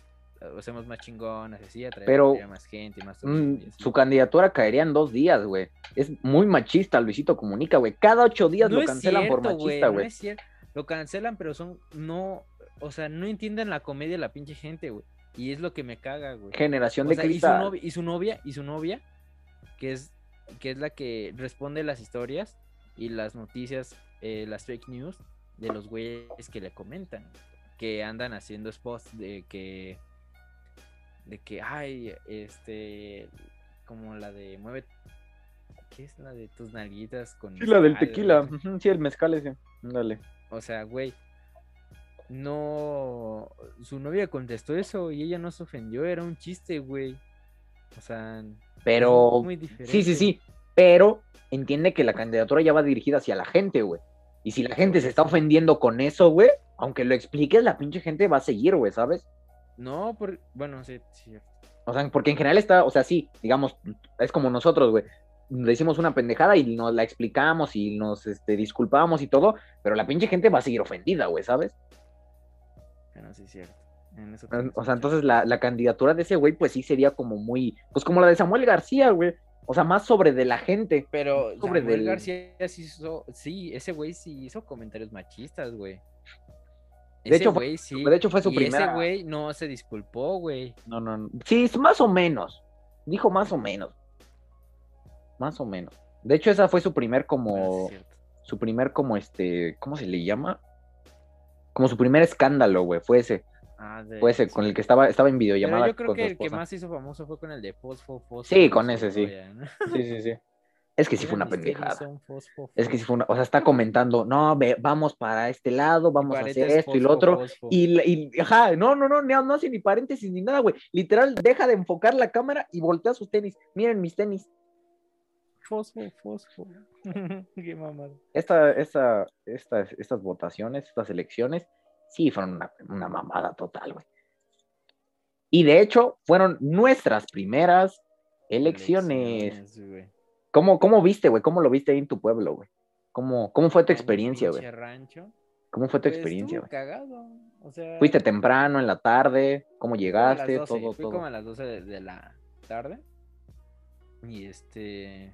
S1: hacemos más chingonas, así, atraer
S2: Pero,
S1: atraer más gente, más turismo y
S2: Mm,
S1: así.
S2: su candidatura caería en dos días, güey. Es muy machista, Luisito Comunica, güey. Cada ocho días
S1: No
S2: lo
S1: es
S2: cancelan por
S1: cierto,
S2: machista,
S1: no
S2: güey.
S1: es cier- Lo cancelan, pero son, no, o sea, no entienden la comedia de la pinche gente, güey. Y es lo que me caga, güey.
S2: Generación
S1: O
S2: de
S1: sea, y su
S2: cristal.
S1: novia, y su novia, y su novia, que es, que es la que responde las historias y las noticias, eh, las fake news de los güeyes que le comentan, que andan haciendo spots de que, de que, ay, este, como la de mueve, ¿qué es la de tus nalguitas con?
S2: Sí, la del
S1: mezcal,
S2: tequila.
S1: güey?
S2: ujú, Sí, el mezcal ese. Dale.
S1: O sea, güey, no, su novia contestó eso y ella no se ofendió, era un chiste, güey. O sea,
S2: Pero.
S1: es muy
S2: Sí, sí,
S1: diferente.
S2: sí. Pero entiende que la candidatura ya va dirigida hacia la gente, güey. Y si la gente se está ofendiendo con eso, güey, aunque lo expliques, la pinche gente va a seguir, güey, ¿sabes?
S1: No, por... bueno, sí, sí.
S2: O sea, porque en general está, o sea, sí, digamos, es como nosotros, güey. Decimos una pendejada y nos la explicamos y nos este, disculpamos y todo, pero la pinche gente va a seguir ofendida, güey, ¿sabes?
S1: Bueno, sí, es cierto. En eso tienes
S2: Ah, O
S1: mucha-
S2: sea, entonces la, la candidatura de ese güey, pues sí sería como muy, pues como la de Samuel García, güey. O sea, más sobre de la gente.
S1: Pero
S2: sobre
S1: Samuel
S2: del-
S1: García sí hizo, sí, ese güey sí hizo comentarios machistas, güey.
S2: De
S1: Ese
S2: hecho, fue-
S1: güey sí.
S2: de hecho, fue su
S1: y
S2: primera-
S1: Ese güey no se disculpó, güey.
S2: No, no, no. Sí, es más o menos. Dijo más o menos. Más o menos. De hecho, esa fue su primer
S1: Bueno,
S2: como,
S1: Ah, sí es cierto.
S2: su primer como este, ¿cómo se le llama? Como su primer escándalo, güey, fue ese.
S1: Ah, de-
S2: Fue ese,
S1: sí.
S2: con el que estaba, estaba en
S1: Pero
S2: videollamada
S1: yo creo
S2: con
S1: que
S2: su
S1: el que
S2: esposa.
S1: más se hizo famoso fue con el de Fosfo, Fosfo.
S2: Sí, con
S1: Fosfo,
S2: ese, sí.
S1: ya, ¿no?
S2: Sí, sí, sí. Es que sí fue una
S1: Eran misterios,
S2: pendejada.
S1: son fosfo,
S2: Es que sí fue una, o sea, está comentando, no, ve- vamos para este lado, vamos a
S1: Cuaretas,
S2: hacer esto y lo
S1: fosfo,
S2: otro.
S1: fosfo.
S2: Y, la- y- ajá, no, no, no, no, no hace ni paréntesis ni nada, güey. Literal, deja de enfocar la cámara y voltea sus tenis. Miren mis tenis.
S1: Fosfo, fosfo. Qué mamada.
S2: Esta, esta, estas, estas votaciones, estas elecciones, sí fueron una, una mamada total, güey. Y de hecho, fueron nuestras primeras elecciones.
S1: Elecciones, güey.
S2: ¿Cómo, cómo viste, güey? ¿Cómo lo viste ahí en tu pueblo, güey? ¿Cómo, cómo fue tu
S1: a mi
S2: experiencia, güey?
S1: pinche rancho.
S2: ¿Cómo fue tu
S1: Pues,
S2: experiencia,
S1: estuvo
S2: güey?
S1: cagado. O sea,
S2: ¿Fuiste temprano, en la tarde? ¿Cómo
S1: como a las
S2: llegaste?
S1: 12,
S2: Todo,
S1: fui
S2: todo.
S1: como a las 12 de, de la tarde. Y este.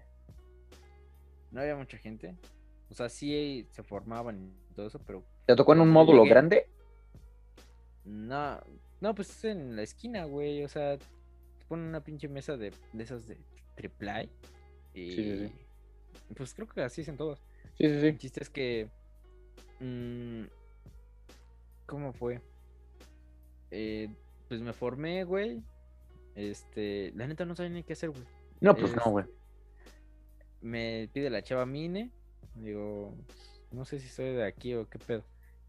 S1: No había mucha gente. O sea, sí se formaban y todo eso, pero
S2: ¿Te tocó en un
S1: cuando
S2: módulo
S1: llegué-
S2: grande?
S1: no. No, pues es en la esquina, güey. O sea, te ponen una pinche mesa de, de esas de triple Y.
S2: Sí, sí, sí.
S1: Pues creo que así es en todos.
S2: Sí, sí, sí.
S1: El chiste es que. mm, ¿Cómo fue? Eh, pues me formé, güey. Este. La neta no sabía ni qué hacer, güey.
S2: No, pues
S1: Este,
S2: no, güey.
S1: Me pide la chava Mine. Digo, no sé si soy de aquí o qué pedo.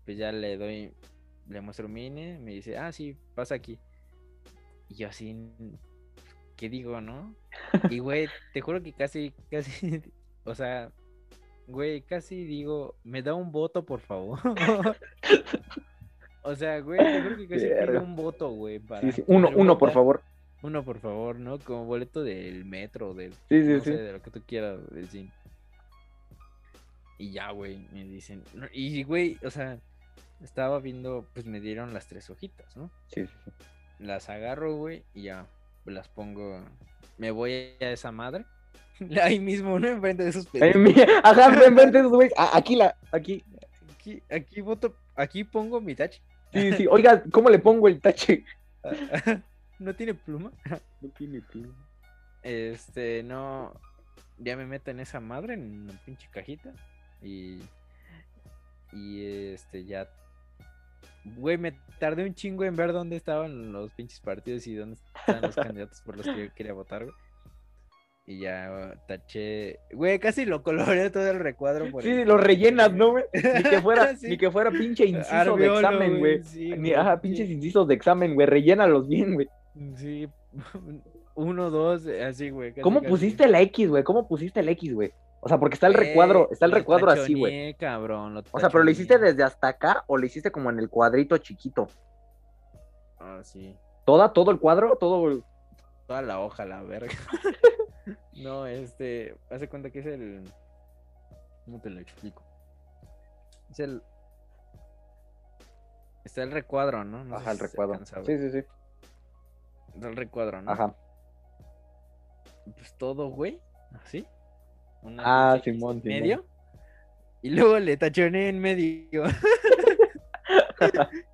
S1: Pues ya le doy. Le muestro Mine. Me dice, ah, sí, pasa aquí. Y yo así. ¿Qué digo, no? Y güey, te juro que casi, casi. O sea, Güey, casi digo, me da un voto, por favor. o sea, güey, yo creo que casi
S2: Verga.
S1: pido un voto, güey. Para
S2: Sí, sí. Uno,
S1: poder
S2: uno, por
S1: votar.
S2: favor.
S1: Uno, por favor, ¿no? Como boleto del metro, del,
S2: Sí, sí,
S1: no sé,
S2: sí.
S1: de lo que tú quieras, del cine. Y ya, güey, me dicen. no, Y, güey, o sea, estaba viendo, pues me dieron las tres hojitas, ¿no?
S2: Sí, sí, sí.
S1: Las agarro, güey, y ya las pongo. Me voy a esa madre. Ahí mismo, ¿no? Enfrente de esos
S2: Ay, mira, Ajá, ven, ven, ven, güey. A- Aquí la, aquí.
S1: Aquí, aquí voto, aquí pongo mi tache.
S2: Sí, sí. Oiga, ¿cómo le pongo el tache?
S1: no tiene pluma.
S2: No tiene tío.
S1: Este, no. Ya me meto en esa madre, en una pinche cajita. Y. Y este, ya. Güey, me tardé un chingo en ver dónde estaban los pinches partidos y dónde estaban los candidatos por los que yo quería votar, güey. Y ya taché. Güey, casi lo coloreé todo el recuadro. por
S2: Sí,
S1: el-
S2: lo rellenas, ¿no, güey? Ni que fuera,
S1: Sí.
S2: ni que fuera pinche inciso
S1: Arbiolo,
S2: de examen, güey.
S1: sí,
S2: Ni,
S1: güey,
S2: ajá,
S1: sí.
S2: pinches incisos de examen, güey. Rellénalos bien, güey.
S1: Sí, uno, dos, así, güey. casi,
S2: ¿Cómo
S1: casi. Eh,
S2: pusiste la X, güey? ¿Cómo pusiste la X, güey? O sea, porque está el
S1: Güey,
S2: recuadro, está el
S1: lo
S2: recuadro así, güey.
S1: tachoneé, cabrón.
S2: O sea, pero lo hiciste desde hasta acá o lo hiciste como en el cuadrito chiquito.
S1: Ah, sí.
S2: Toda, todo el cuadro, todo. el-
S1: Toda la hoja, la verga. no, este. Hace cuenta que es el. ¿Cómo te lo explico? Es el. Está el recuadro, ¿no? No sé
S2: Ajá, el
S1: si se
S2: recuadro.
S1: alcanza a ver.
S2: Sí, sí, sí.
S1: Está el recuadro, ¿no?
S2: Ajá.
S1: Pues todo, güey. Así. Una
S2: Ah,
S1: pinche X
S2: Simón,
S1: en
S2: Simón.
S1: Medio. Y luego le tachoné en medio.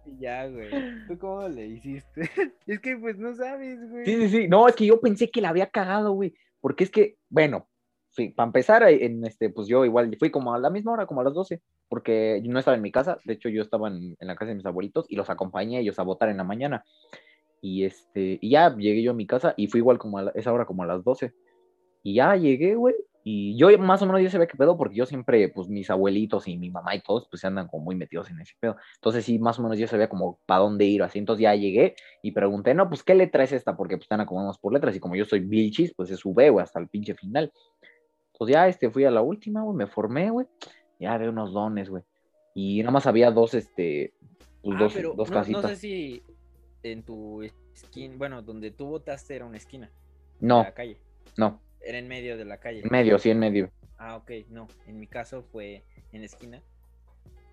S1: y ya, güey. ¿Tú cómo le hiciste? es que pues no sabes, güey.
S2: Sí, sí, sí. No, es que yo pensé que la había cagado, güey. Porque es que, bueno, sí, para empezar, en este, pues yo igual fui como a la misma hora, como a las 12, porque yo no estaba en mi casa. De hecho, yo estaba en, en la casa de mis abuelitos y los acompañé a ellos a votar en la mañana. Y este, y ya llegué yo a mi casa y fui igual como a la- esa hora, como a las 12. Y ya llegué, güey. Y yo más o menos yo sabía qué pedo, porque yo siempre, pues mis abuelitos y mi mamá y todos, pues se andan como muy metidos en ese pedo. Entonces sí, más o menos yo sabía como para dónde ir, o así. Entonces ya llegué y pregunté, no, pues, ¿qué letra es esta? Porque pues, están acomodados por letras y como yo soy bilchis, pues es V, güey, hasta el pinche final. Pues ya, este, fui a la última, güey, me formé, güey, ya había unos dones, güey. Y nada más había dos, este, pues,
S1: Ah,
S2: dos,
S1: pero
S2: dos
S1: no, no
S2: casitas. No,
S1: sé si en tu esquina, bueno, donde tú votaste era una esquina de
S2: no,
S1: la calle. Era en medio de la calle.
S2: en medio, sí, en medio.
S1: Ah, ok, no. En mi caso fue en la esquina.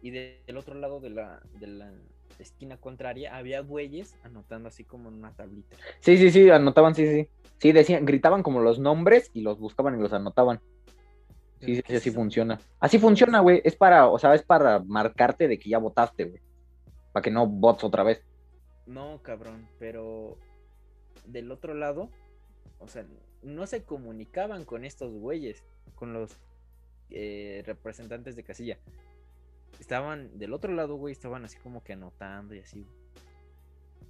S1: Y de- del otro lado de la, de la esquina contraria había güeyes anotando así como en una tablita.
S2: Sí, sí, sí, anotaban, sí, sí. Sí, decían, gritaban como los nombres y los buscaban y los anotaban. Sí, sí, sí,
S1: pues,
S2: así funciona. Así funciona, güey. Es para, o sea, es para marcarte de que ya votaste, güey. Para que no votes otra vez.
S1: No, cabrón, pero del otro lado, o sea, no se comunicaban con estos güeyes, con los eh, representantes de casilla. Estaban del otro lado, güey, estaban así como que anotando y así.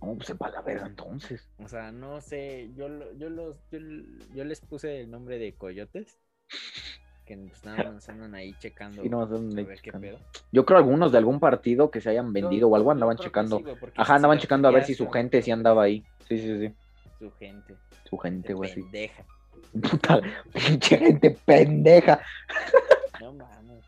S2: No, pues para la verga entonces.
S1: O sea, no sé, yo, lo- yo, los, yo, l- yo les puse el nombre de coyotes, que pues, nada más andan ahí checando
S2: Sí, no, son
S1: a
S2: de
S1: ver qué
S2: chicano.
S1: pedo.
S2: Yo creo algunos de algún partido que se hayan vendido o algo
S1: Yo
S2: andaban
S1: creo que
S2: checando.
S1: sí, güey, porque
S2: Ajá,
S1: sí
S2: andaban
S1: se
S2: checando a ver si su
S1: pelearon,
S2: gente sí andaba ahí. Sí, sí, sí.
S1: Su gente,
S2: Su gente, güey, así.
S1: pendeja.
S2: Puta, pinche gente pendeja.
S1: No mames.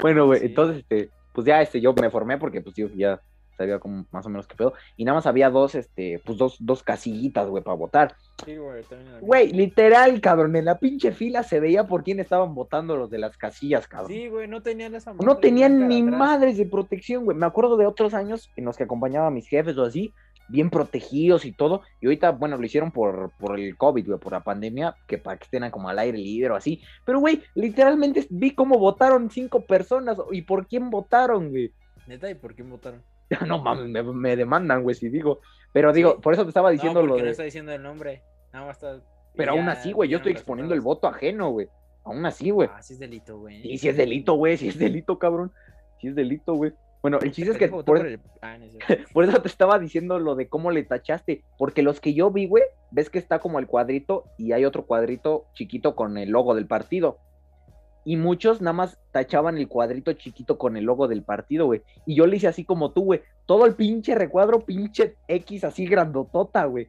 S2: Bueno, güey,
S1: Sí.
S2: entonces, este, pues ya, este, yo me formé porque, pues, yo ya sabía como más o menos qué pedo. Y nada más había dos, este, pues, dos, dos casillitas, güey, para votar.
S1: Sí, güey, también la-
S2: Güey, literal, cabrón, en la pinche fila se veía por quién estaban votando los de las casillas, cabrón.
S1: Sí, güey, no tenían esa
S2: No
S1: madre
S2: tenían
S1: blanca de
S2: ni
S1: atrás.
S2: madres de protección, güey. Me acuerdo de otros años en los que acompañaba a mis jefes o así, bien protegidos y todo. Y ahorita, bueno, lo hicieron por, por el COVID, güey, por la pandemia, que para que estén como al aire libre o así. Pero, güey, literalmente vi cómo votaron cinco personas y por quién votaron, güey.
S1: Neta, ¿y por qué votaron?
S2: No mames, me, me demandan, güey, si digo. Pero digo,
S1: Sí.
S2: por eso te estaba diciendo
S1: no,
S2: lo
S1: porque
S2: de...
S1: no está diciendo el nombre. Nada más está.
S2: Pero aún
S1: ya
S2: así, güey, yo
S1: dieron
S2: estoy
S1: los
S2: exponiendo el
S1: resultados.
S2: voto ajeno, güey. Aún así, güey.
S1: Ah, sí es delito, güey.
S2: Y si es delito, güey, si es delito, cabrón. Si es delito, güey. Bueno, el chiste es que...
S1: Pendejo votó
S2: por-
S1: por el- Ah, no es cierto.
S2: Por eso te estaba diciendo lo de cómo le tachaste. Porque los que yo vi, güey, ves que está como el cuadrito y hay otro cuadrito chiquito con el logo del partido. Y muchos nada más tachaban el cuadrito chiquito con el logo del partido, güey. Y yo le hice así como tú, güey. Todo el pinche recuadro, pinche X así grandotota, güey.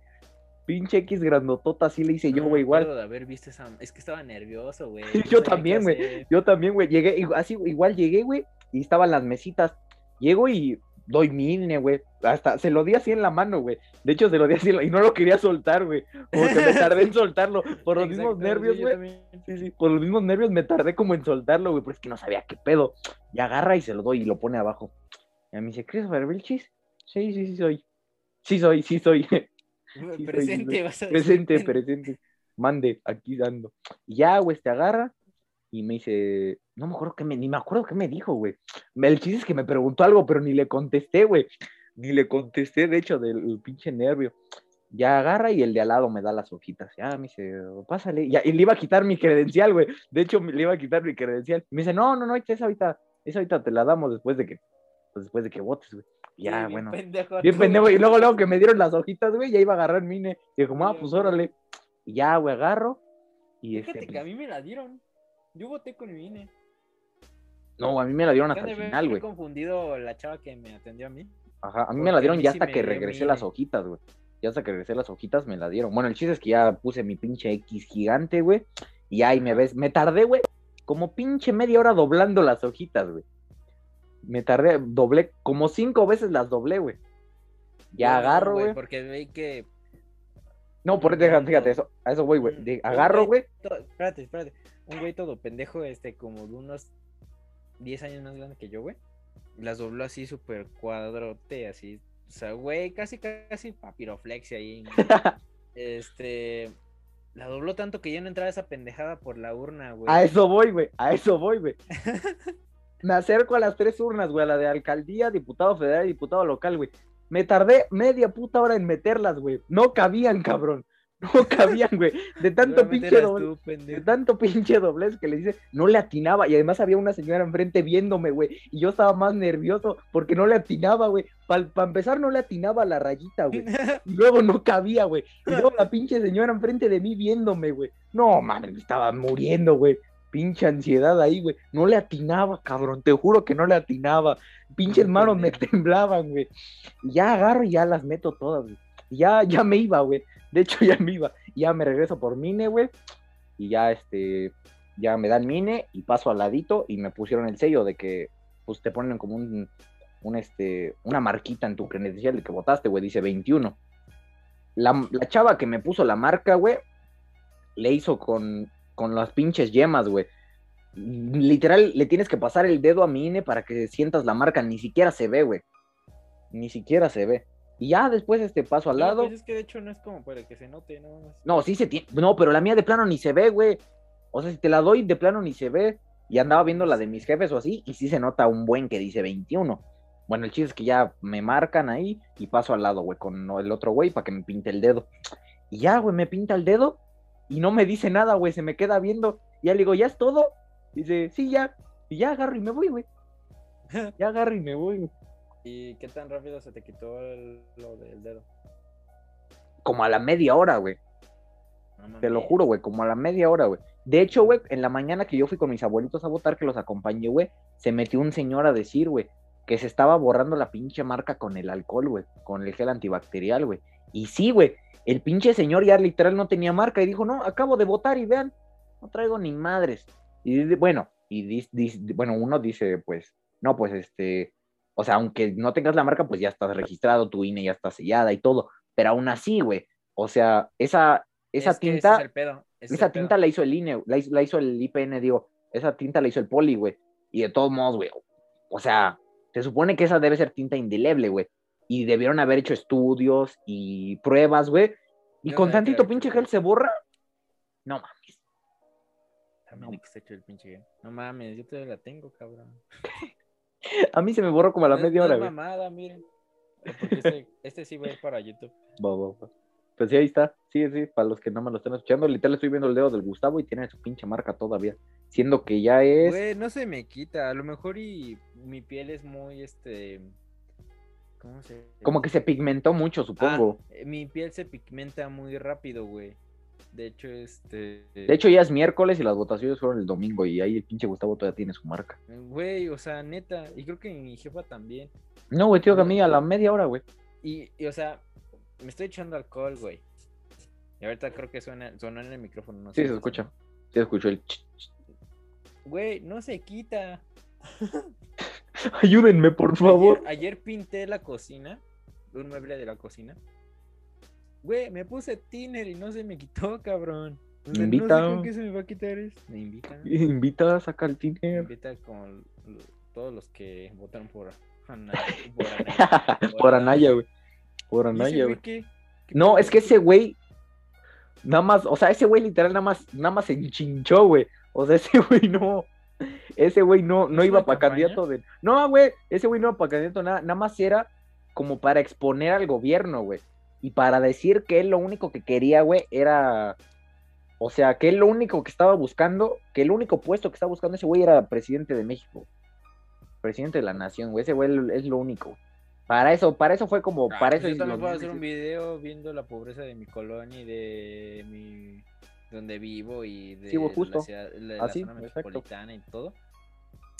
S2: Pinche X grandotota, así le hice yo,
S1: No
S2: güey,
S1: me
S2: igual.
S1: acuerdo de haber visto esa. Es que estaba nervioso, güey. no sabía
S2: Yo
S1: qué
S2: también, güey.
S1: hacer.
S2: Yo también, güey, llegué, ig- así, igual llegué, güey, y estaban las mesitas. Llego y doy mi INE, güey. Hasta se lo di así en la mano, güey. De hecho, se lo di así en la- y no lo quería soltar, güey. Como que me tardé en soltarlo. Por los mismos
S1: Exacto,
S2: nervios,
S1: sí, yo
S2: güey.
S1: también.
S2: Sí, sí, por los mismos nervios me tardé como en soltarlo, güey, pero es que no sabía qué pedo. Y agarra y se lo doy y lo pone abajo. Y me dice, ¿Christopher Vilchis? Sí, sí, sí, soy. Sí, soy, sí, soy.
S1: Güey,
S2: Sí, soy-
S1: Presente, vas a decir.
S2: Presente, presente. Mande, aquí dando. Y ya, güey, te agarra y me dice, no me acuerdo qué me, ni me acuerdo qué me dijo, güey. Me- El chiste es que me preguntó algo, pero ni le contesté, güey. Ni le contesté, de hecho, del del pinche nervio. Ya agarra y el de al lado me da las hojitas. Ya me dice, pásale. Ya, y le iba a quitar mi credencial, güey. De hecho, me- le iba a quitar mi credencial. Me dice, no, no, no, esa ahorita, esa ahorita te la damos después de que, pues, después de que votes, güey.
S1: Sí,
S2: Ya,
S1: bien
S2: bueno.
S1: pendejo
S2: Bien
S1: tú.
S2: pendejo. Y luego, luego que me dieron las hojitas, güey, ya iba a agarrar mi INE. Y como, ah,
S1: Ya,
S2: pues
S1: güey.
S2: órale. Y ya, güey, agarro. Y este.
S1: Fíjate que a
S2: pues,
S1: mí me la dieron. Yo voté con mi INE.
S2: No, a mí me la dieron
S1: Yo han
S2: hasta
S1: de
S2: el
S1: haber
S2: final, güey.
S1: confundido la chava que me atendió a mí.
S2: Ajá, a mí
S1: porque
S2: me la
S1: a
S2: dieron
S1: mí
S2: ya
S1: sí
S2: hasta
S1: me
S2: que
S1: dio mi
S2: regresé las
S1: INE.
S2: hojitas, güey. Ya hasta que regresé las hojitas me la dieron. Bueno, el chiste es que ya puse mi pinche X gigante, güey. Y ahí me ves, me tardé, güey, como pinche media hora doblando las hojitas, güey. Me tardé, doblé, como cinco veces las doblé, güey. Ya
S1: Yo,
S2: agarro, güey.
S1: Porque veí que.
S2: No, por fíjate, fíjate, eso, a eso voy, güey.
S1: Mm,
S2: De-
S1: un
S2: Agarro, güey.
S1: to- Espérate, espérate. Un güey todo pendejo, este, como de unos 10 años más grande que yo, güey. Las dobló así súper cuadrote, así. O sea, güey, casi, casi papiroflexia ahí. este. La dobló tanto que ya no entraba esa pendejada por la urna, güey.
S2: A eso voy, güey. A eso voy, güey. Me acerco a las tres urnas, güey, a la de alcaldía, diputado federal y diputado local, güey. Me tardé media puta hora en meterlas, güey. No cabían, cabrón. No cabían, güey. De tanto
S1: Seguramente
S2: pinche
S1: eras
S2: doble,
S1: tú, pendejo.
S2: de tanto pinche doblez que le dice, no le atinaba. Y además había una señora enfrente viéndome, güey. Y yo estaba más nervioso porque no le atinaba, güey. Para empezar, no le atinaba a la rayita, güey. Y luego no cabía, güey. Y luego la pinche señora enfrente de mí viéndome, güey. No, mames, me estaba muriendo, güey. Pinche ansiedad ahí, güey. No le atinaba, cabrón. Te juro que no le atinaba. Pinches
S1: No,
S2: manos me
S1: pendejo.
S2: temblaban, güey. Y ya agarro y ya las meto todas, güey. Y Ya, ya me iba, güey. De hecho, ya me iba. Y Ya me regreso por Mine, güey. Y ya, este, ya me dan Mine y paso al ladito y me pusieron el sello de que, pues, te ponen como un, un, este, una marquita en tu credencial de que votaste, güey. Dice 21 la, la chava que me puso la marca, güey, le hizo con, con las pinches yemas, güey. Literal, le tienes que pasar el dedo a mi INE para que sientas la marca. Ni siquiera se ve, güey. Ni siquiera se ve. Y ya después este paso al
S1: No,
S2: lado.
S1: pues es que de hecho no es como para que se note, ¿no? más.
S2: No, sí se tiene. No, pero la mía de plano ni se ve, güey. O sea, si te la doy de plano ni se ve. Y andaba viendo la de mis jefes o así. Y sí se nota un buen que dice 21. Bueno, el chiste es que ya me marcan ahí y paso al lado, güey, con el otro güey para que me pinte el dedo. Y ya, güey, me pinta el dedo y no me dice nada, güey. Se me queda viendo. Y ya le digo, ¿ya es todo? dice, sí, ya. Y ya agarro y me voy, güey. Ya agarro y me voy, güey.
S1: ¿Y qué tan rápido se te quitó el- lo del dedo?
S2: Como a la media hora, güey.
S1: No
S2: Te lo
S1: mames.
S2: juro, güey, como a la media hora, güey. De hecho, güey, en la mañana que yo fui con mis abuelitos a votar, que los acompañé, güey, se metió un señor a decir, güey, que se estaba borrando la pinche marca con el alcohol, güey, con el gel antibacterial, güey. Y sí, güey, el pinche señor ya literal no tenía marca y dijo, no, acabo de votar y vean, no traigo ni madres. Y di- bueno, y dis- dis- bueno, uno dice, pues, no, pues este, o sea, aunque no tengas la marca, pues ya estás registrado, tu INE ya está sellada y todo, pero aún así, güey, o sea, esa, esa
S1: Es que ese
S2: tinta...
S1: es el pedo, ese es
S2: Esa
S1: el pedo.
S2: tinta la hizo el INE, la hizo, la hizo el IPN, digo, esa tinta la hizo el Poli, güey. Y de todos modos, güey, o sea, se supone que esa debe ser tinta indeleble, güey. Y debieron haber hecho estudios y pruebas, güey. Y
S1: Yo sabía
S2: con
S1: que
S2: tantito
S1: era
S2: pinche
S1: truco.
S2: gel se borra. No mames.
S1: También que está hecho el pinche game. No mames, yo todavía la tengo, cabrón.
S2: A mí se me borró como a la
S1: No-
S2: media
S1: no
S2: hora,
S1: es
S2: güey.
S1: mamada, miren. Porque este, este sí va a ir para YouTube.
S2: Va, va, va. Pues sí, ahí está. Sí, sí, para los que no me lo están escuchando, literal estoy viendo el dedo del Gustavo y tiene su pinche marca todavía. Siendo que ya es.
S1: Güey, no se me quita. A lo mejor y mi piel es muy, este... ¿Cómo se...?
S2: Como que se pigmentó mucho,
S1: Ah,
S2: supongo.
S1: eh, mi piel se pigmenta muy rápido, güey. De hecho, este...
S2: De hecho, ya es miércoles y las votaciones fueron el domingo y ahí el pinche Gustavo todavía tiene su marca.
S1: Güey, o sea, neta. Y creo que mi jefa también.
S2: No, güey, tío, que a mí a la media hora, güey.
S1: Y, y, o sea, me estoy echando alcohol, güey. Y ahorita creo que suena, sonó en el micrófono. No
S2: Sí,
S1: sé
S2: se
S1: si
S2: escucha.
S1: sonó.
S2: Sí, escuchó el... ch- ch-
S1: Güey, no se quita.
S2: Ayúdenme, por favor.
S1: Ayer, ayer pinté la cocina, un mueble de la cocina. Güey, me puse tiner y no se me quitó, cabrón. O sea,
S2: Invita.
S1: No sé con qué se me va a quitar esto. Me invita.
S2: Invita a sacar el
S1: Me
S2: dinero.
S1: invita con lo- todos los que votaron por Ana- por Anaya.
S2: Por Anaya, güey. Por
S1: ¿Y ese
S2: Anaya, güey.
S1: qué? ¿Qué
S2: No,
S1: pedo?
S2: es que ese güey... Nada más, o sea, ese güey literal nada más, nada más se enchinchó, güey. O sea, ese güey no... Ese güey no, no
S1: ¿Es
S2: iba
S1: una
S2: para
S1: campaña?
S2: candidato de... No, güey, ese güey no iba para candidato nada. Nada más era como para exponer al gobierno, güey. Y para decir que él lo único que quería, güey, era... O sea, que él lo único que estaba buscando, que el único puesto que estaba buscando ese güey era presidente de México. Presidente de la nación, güey. Ese güey es lo único. Para eso, para eso fue como...
S1: Ah,
S2: para
S1: pues
S2: eso
S1: yo
S2: hizo
S1: también
S2: los
S1: puedo
S2: memes
S1: hacer
S2: y-
S1: un video viendo la pobreza de mi colonia y de mi donde vivo y de
S2: Sí, güey, justo.
S1: la ciudad, la, la
S2: Así,
S1: zona
S2: exacto.
S1: metropolitana y todo.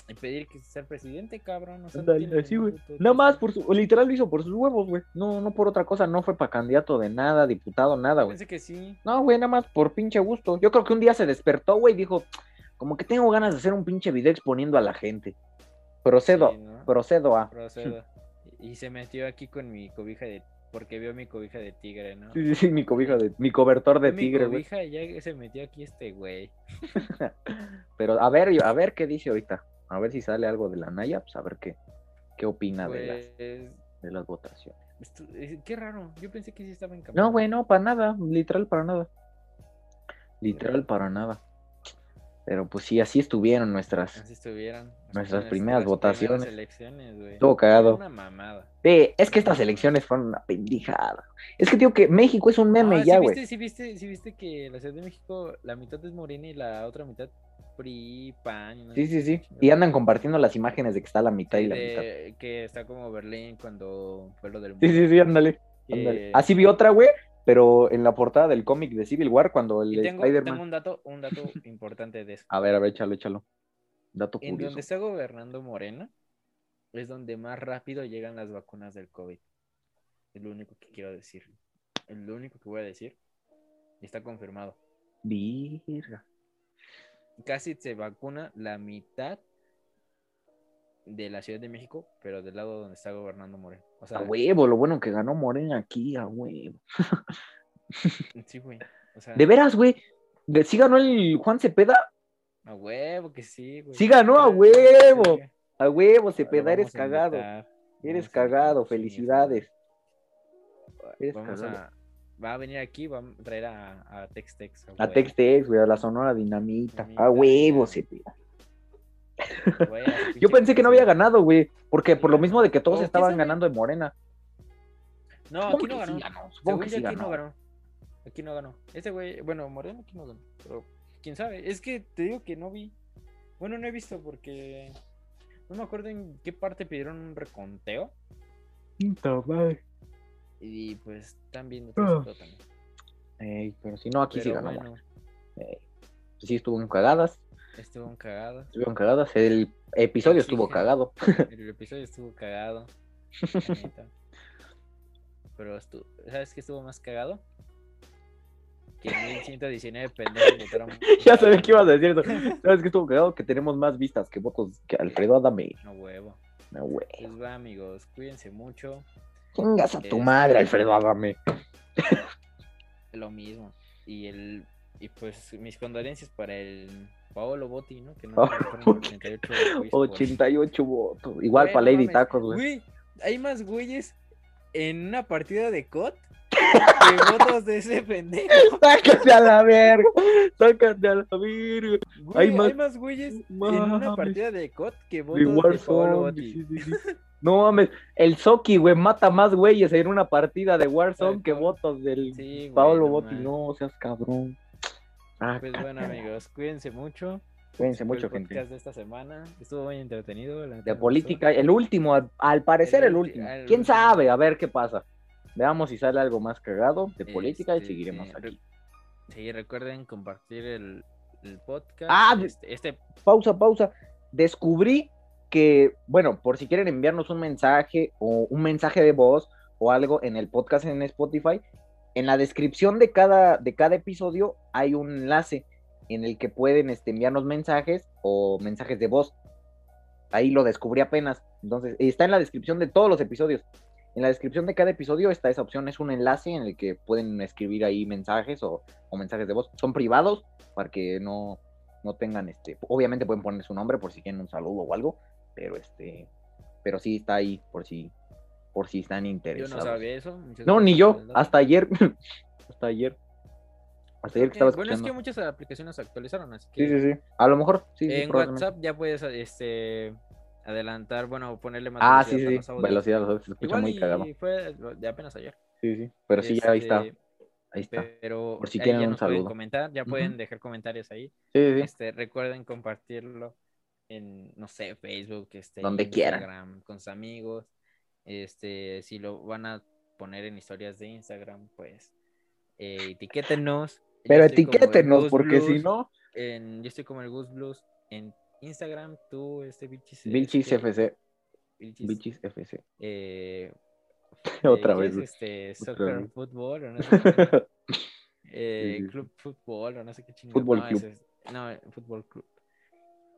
S1: y pedir que sea presidente, cabrón. o sea, no
S2: Ándale,
S1: tiene
S2: así,
S1: ningún
S2: güey.
S1: puto
S2: Nada más,
S1: chiste.
S2: por su, literal lo hizo por sus huevos, güey. No, no por otra cosa, no fue para candidato de nada, diputado, nada, güey.
S1: Pensé que sí.
S2: No, güey, nada más por pinche gusto. Yo creo que un día se despertó, güey, y dijo, como que tengo ganas de hacer un pinche video exponiendo a la gente. Procedo,
S1: sí, ¿no?
S2: procedo a...
S1: Procedo. Y se metió aquí con mi cobija de. Porque vio mi cobija de tigre, ¿no?
S2: Sí, sí, sí, mi cobija de, mi cobertor de
S1: Mi
S2: tigre, güey.
S1: cobija ya se metió aquí este güey.
S2: Pero a ver, yo- a ver qué dice ahorita. A ver si sale algo de la Naya, pues a ver qué, qué opina de, las,
S1: Pues,
S2: de las votaciones.
S1: estu- es- qué raro. Yo pensé que sí estaba en
S2: No,
S1: campaña.
S2: güey, no, para nada, literal para nada. Literal para nada. Pero pues sí, así estuvieron nuestras.
S1: Así estuvieron. Nuestras,
S2: primeras votaciones.
S1: primeras elecciones, güey.
S2: Estuvo cagado.
S1: Una mamada.
S2: Sí, es que estas elecciones fueron una pendijada. Es que digo que México es un meme
S1: Ah,
S2: ya,
S1: ¿sí
S2: güey.
S1: viste, sí viste, sí viste que la Ciudad de México, la mitad es morena y la otra mitad PRI, PAN. y no
S2: Sí,
S1: sé
S2: sí, sí.
S1: qué
S2: Y andan compartiendo las imágenes de que está la mitad y la
S1: de-
S2: mitad.
S1: Que está como Berlín cuando fue lo del
S2: Sí,
S1: muro,
S2: sí, sí, ándale. ándale. Ah,
S1: que-
S2: Así vi otra, güey, pero en la portada del cómic de Civil War cuando el
S1: Y tengo,
S2: Spider-Man.
S1: tengo un dato, un dato importante de eso.
S2: A ver, a ver, échalo, échalo. Dato
S1: En
S2: curioso.
S1: donde está gobernando Morena, es donde más rápido llegan las vacunas del COVID. Es lo único que quiero decir. Es lo único que voy a decir. Y Está confirmado.
S2: Virga.
S1: Casi se vacuna la mitad de la Ciudad de México, pero del lado donde está gobernando Morena. O sea,
S2: A huevo, lo bueno que ganó Morena aquí, a huevo.
S1: sí, güey. O sea,
S2: De veras, güey. De- Sí ganó el Juan Cepeda.
S1: A huevo que sí, güey.
S2: Sí ganó, a
S1: Sí,
S2: huevo.
S1: sí.
S2: A huevo,
S1: Lo
S2: Cepeda, eres
S1: vamos a
S2: cagado.
S1: invitar.
S2: Eres
S1: Vamos a invitar,
S2: cagado,
S1: sí,
S2: felicidades. Eres
S1: Vamos
S2: cagado.
S1: a, va a venir aquí, va a traer a, a Tex Tex.
S2: A
S1: huevo.
S2: Tex-Tex, güey, a la Sonora Dinamita.
S1: Dinamita,
S2: A huevo,
S1: ya.
S2: Cepeda.
S1: Güey, a su
S2: Yo
S1: pinche
S2: pensé que no había
S1: Tex-Tex.
S2: ganado, güey. Porque por lo
S1: ganó.
S2: mismo de que todos
S1: Oh,
S2: estaban
S1: ¿quién sabe?
S2: ganando de Morena.
S1: No,
S2: Supongo
S1: aquí no
S2: que
S1: ganó.
S2: sí ganó, Supongo
S1: Según
S2: que
S1: yo,
S2: sí
S1: aquí no
S2: ganó.
S1: ganó. Aquí no ganó. Ese güey, bueno, Moreno aquí no ganó. Pero quién sabe. Es que te digo que no vi. Bueno, no he visto porque. No me acuerdo en qué parte pidieron un reconteo.
S2: Puta madre.
S1: Y pues están viendo todo eso también.
S2: Ey, pero si no, aquí sí
S1: Pero
S2: ganó.
S1: bueno,
S2: Ey. Sí, estuvieron cagadas.
S1: estuvo un cagado.
S2: Estuvieron cagadas. El
S1: Exigen.
S2: episodio estuvo cagado.
S1: El episodio estuvo cagado. la neta. Pero estu- ¿sabes qué estuvo más cagado? Que 1119 pendejos votaron.
S2: ya sabía que ibas a decir eso. ¿Sabes qué estuvo cagado? Que tenemos más vistas que votos que Alfredo Adame.
S1: No huevo.
S2: No, güey.
S1: Pues va, amigos, cuídense mucho.
S2: Chingas a tu
S1: Este-
S2: madre, Alfredo Adame.
S1: Lo mismo. Y el y pues mis condolencias para el Paolo Botti, ¿no? Que no
S2: Paolo
S1: fueron
S2: Botti.
S1: 88 güeyes por-
S2: 88 votos. Igual
S1: Güey,
S2: para
S1: no
S2: Lady
S1: pues mames.
S2: Tacos, güey.
S1: Güey, hay más güeyes en una partida de COD que votos de ese pendejo.
S2: Sácate a la verga. Sácate a la verga.
S1: Güey, hay,
S2: Hay
S1: más...
S2: más-
S1: güeyes en una
S2: Mames.
S1: partida de COD que
S2: De
S1: votos de Paolo
S2: Warzone.
S1: Botti.
S2: sí, sí, sí. No mames. El Soki, güey, mata más güeyes en una partida de Warzone
S1: Tal
S2: que
S1: cual.
S2: votos del
S1: Sí, güey,
S2: Paolo
S1: no
S2: Botti.
S1: mames.
S2: No, seas cabrón.
S1: Pues
S2: Sácate
S1: bueno,
S2: a la-
S1: amigos, cuídense mucho.
S2: Cuídense
S1: Fue
S2: mucho,
S1: el podcast
S2: gente.
S1: de esta semana. Estuvo muy entretenido. la neta
S2: De
S1: me gustó.
S2: política, el último, al, al parecer
S1: El
S2: el
S1: ulti-
S2: último.
S1: el
S2: ¿Quién
S1: último.
S2: sabe? A ver qué pasa. Veamos si sale algo más cagado de política y
S1: Este,
S2: seguiremos
S1: re-
S2: aquí.
S1: Sí, recuerden compartir el, el podcast.
S2: Ah, de-
S1: este, este-
S2: pausa, pausa. Descubrí que, bueno, por si quieren enviarnos un mensaje o un mensaje de voz o algo en el podcast en Spotify, en la descripción de cada, de cada episodio hay un enlace en el que pueden este, enviarnos mensajes o mensajes de voz. Ahí lo descubrí apenas. Entonces, está en la descripción de todos los episodios. En la descripción de cada episodio está esa opción, es un enlace en el que pueden escribir ahí mensajes o, o mensajes de voz. Son privados para que no, no tengan este, obviamente pueden poner su nombre por si quieren un saludo o algo, pero este, pero sí está ahí por si, por si están
S1: yo
S2: interesados.
S1: no sabía eso. muchas
S2: No,
S1: gracias
S2: ni
S1: por
S2: yo.
S1: el dato.
S2: Hasta ayer. hasta ayer. Hasta ayer que estaba
S1: Ok, Eh, Bueno, es
S2: escuchando.
S1: que muchas aplicaciones se actualizaron, así que
S2: Sí, sí, sí. A lo mejor. Sí, sí,
S1: en
S2: probablemente.
S1: WhatsApp ya puedes este, adelantar, bueno, ponerle más
S2: Ah, sí,
S1: velocidad a
S2: sí.
S1: los audios.
S2: Velocidad, los audios, se escucha
S1: Igual
S2: muy
S1: y
S2: cagado.
S1: fue de apenas ayer.
S2: Sí, sí. Pero sí, ya ahí está.
S1: Este,
S2: Ahí está. Sí,
S1: Pero
S2: Por si
S1: ahí
S2: quieren
S1: ya
S2: un
S1: nos pueden
S2: saludo.
S1: comentar, ya
S2: Ujú.
S1: pueden dejar comentarios ahí.
S2: sí, sí.
S1: Este, recuerden compartirlo en, no sé, Facebook, este,
S2: Donde quieran.
S1: Instagram, con sus amigos. Este, si lo van a poner en historias de Instagram, pues eh, etiquétenos. Yo
S2: Pero
S1: estoy este, como el
S2: etiquétenos,
S1: Gus
S2: porque
S1: Blues
S2: si no.
S1: en- yo estoy como el Gus Blues en Instagram, tú, este Vilchis.
S2: Vilchis
S1: este,
S2: FC.
S1: Vilchis,
S2: Vilchis FC.
S1: eh,
S2: Otra
S1: eh,
S2: vez.
S1: ¿qué
S2: güey.
S1: es, Este,
S2: Otra
S1: soccer
S2: vez.
S1: fútbol o no sé qué. eh,
S2: Sí, sí, sí.
S1: Club fútbol o no sé qué chingada.
S2: Fútbol
S1: no,
S2: club.
S1: eso es- no, eh, fútbol club.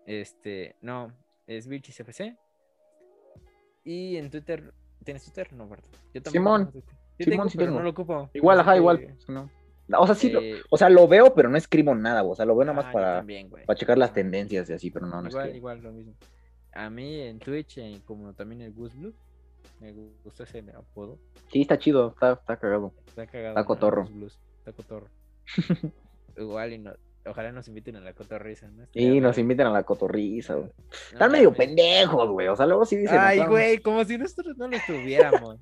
S1: Este, no, es Vilchis FC. Y en Twitter, ¿tienes Twitter? No, ¿verdad? Yo tampoco
S2: Simón.
S1: tengo Twitter. Yo
S2: Simón,
S1: tengo,
S2: sí
S1: pero
S2: tengo.
S1: no lo ocupo.
S2: Igual,
S1: así
S2: ajá, igual.
S1: que,
S2: pues, no. O sea, sí, lo-
S1: Este, eh,
S2: o sea, lo veo, pero no escribo nada, güey. O sea, lo veo nada
S1: ah,
S2: más
S1: yo
S2: para,
S1: también, güey.
S2: para checar las
S1: Ah.
S2: tendencias y así, pero no, no
S1: Igual,
S2: escribo.
S1: igual, lo mismo. A mí en Twitch, en- como también el Goose Blue, me gusta ese apodo.
S2: Sí, está chido, está, está cagado.
S1: Está cagado.
S2: Está
S1: ¿no?
S2: cotorro.
S1: Goose Blues, Está cotorro. igual, y no- ojalá nos inviten a la cotorriza, ¿no?
S2: Y
S1: Estaría
S2: nos
S1: padre.
S2: invitan a la cotorriza, güey.
S1: No,
S2: Están medio
S1: mames.
S2: pendejos, güey. O sea, luego sí dicen.
S1: Ay,
S2: acá,
S1: güey, como si nosotros no lo tuviéramos.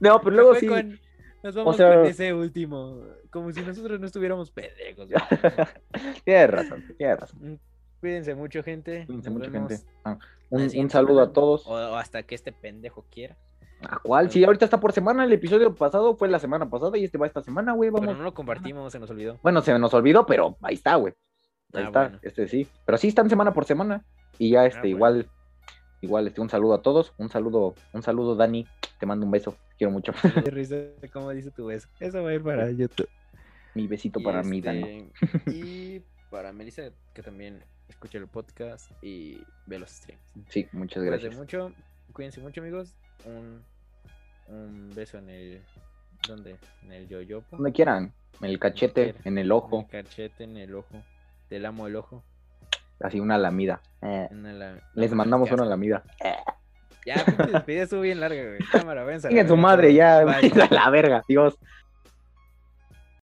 S2: No, pero luego
S1: Fue
S2: sí.
S1: con- Nos vamos
S2: sea-
S1: con ese último. Como si nosotros no estuviéramos pendejos. güey. Mm,
S2: Tienes razón, tienes razón.
S1: Cuídense mucho, gente.
S2: Cuídense
S1: Nos
S2: mucho,
S1: vemos
S2: gente. Ah,
S1: la
S2: un, un
S1: siguiente
S2: saludo
S1: semana.
S2: a todos.
S1: O, o hasta que este pendejo quiera.
S2: ¿A cuál? Sí, ahorita está por semana. El episodio pasado fue la semana pasada y este va esta semana, güey. Vamos.
S1: Pero no lo compartimos, se nos olvidó.
S2: Bueno, se nos olvidó, pero ahí está, güey. Ahí
S1: Ah,
S2: está,
S1: bueno. Ah,
S2: este sí. Pero sí están semana por semana. Y ya este,
S1: bueno.
S2: igual, igual, este, un saludo a todos. Un saludo, un saludo, Dani. Te mando un beso. Te quiero mucho.
S1: Qué risa, ¿Cómo dice tu beso? Eso va a ir para YouTube.
S2: Mi besito para mí, Dani.
S1: este, Y para Melissa, que también escucha el podcast y ve los streams.
S2: Sí, muchas
S1: Cuídense
S2: gracias.
S1: mucho, cuídense mucho, amigos. Un, un beso en el. ¿Dónde? En el yoyopo.
S2: Donde quieran. En el cachete,
S1: quieran.
S2: en el
S1: En
S2: ojo,
S1: el cachete, en el ojo. Del amo el ojo.
S2: así una lamida. Eh,
S1: en la- no,
S2: Les
S1: no,
S2: mandamos
S1: qué
S2: una
S1: asco.
S2: lamida.
S1: pues, Ya, pinche despedida estuvo bien larga, güey. Cámara, ven.
S2: Sigue su madre, ya.
S1: Bye.
S2: a la verga, Dios.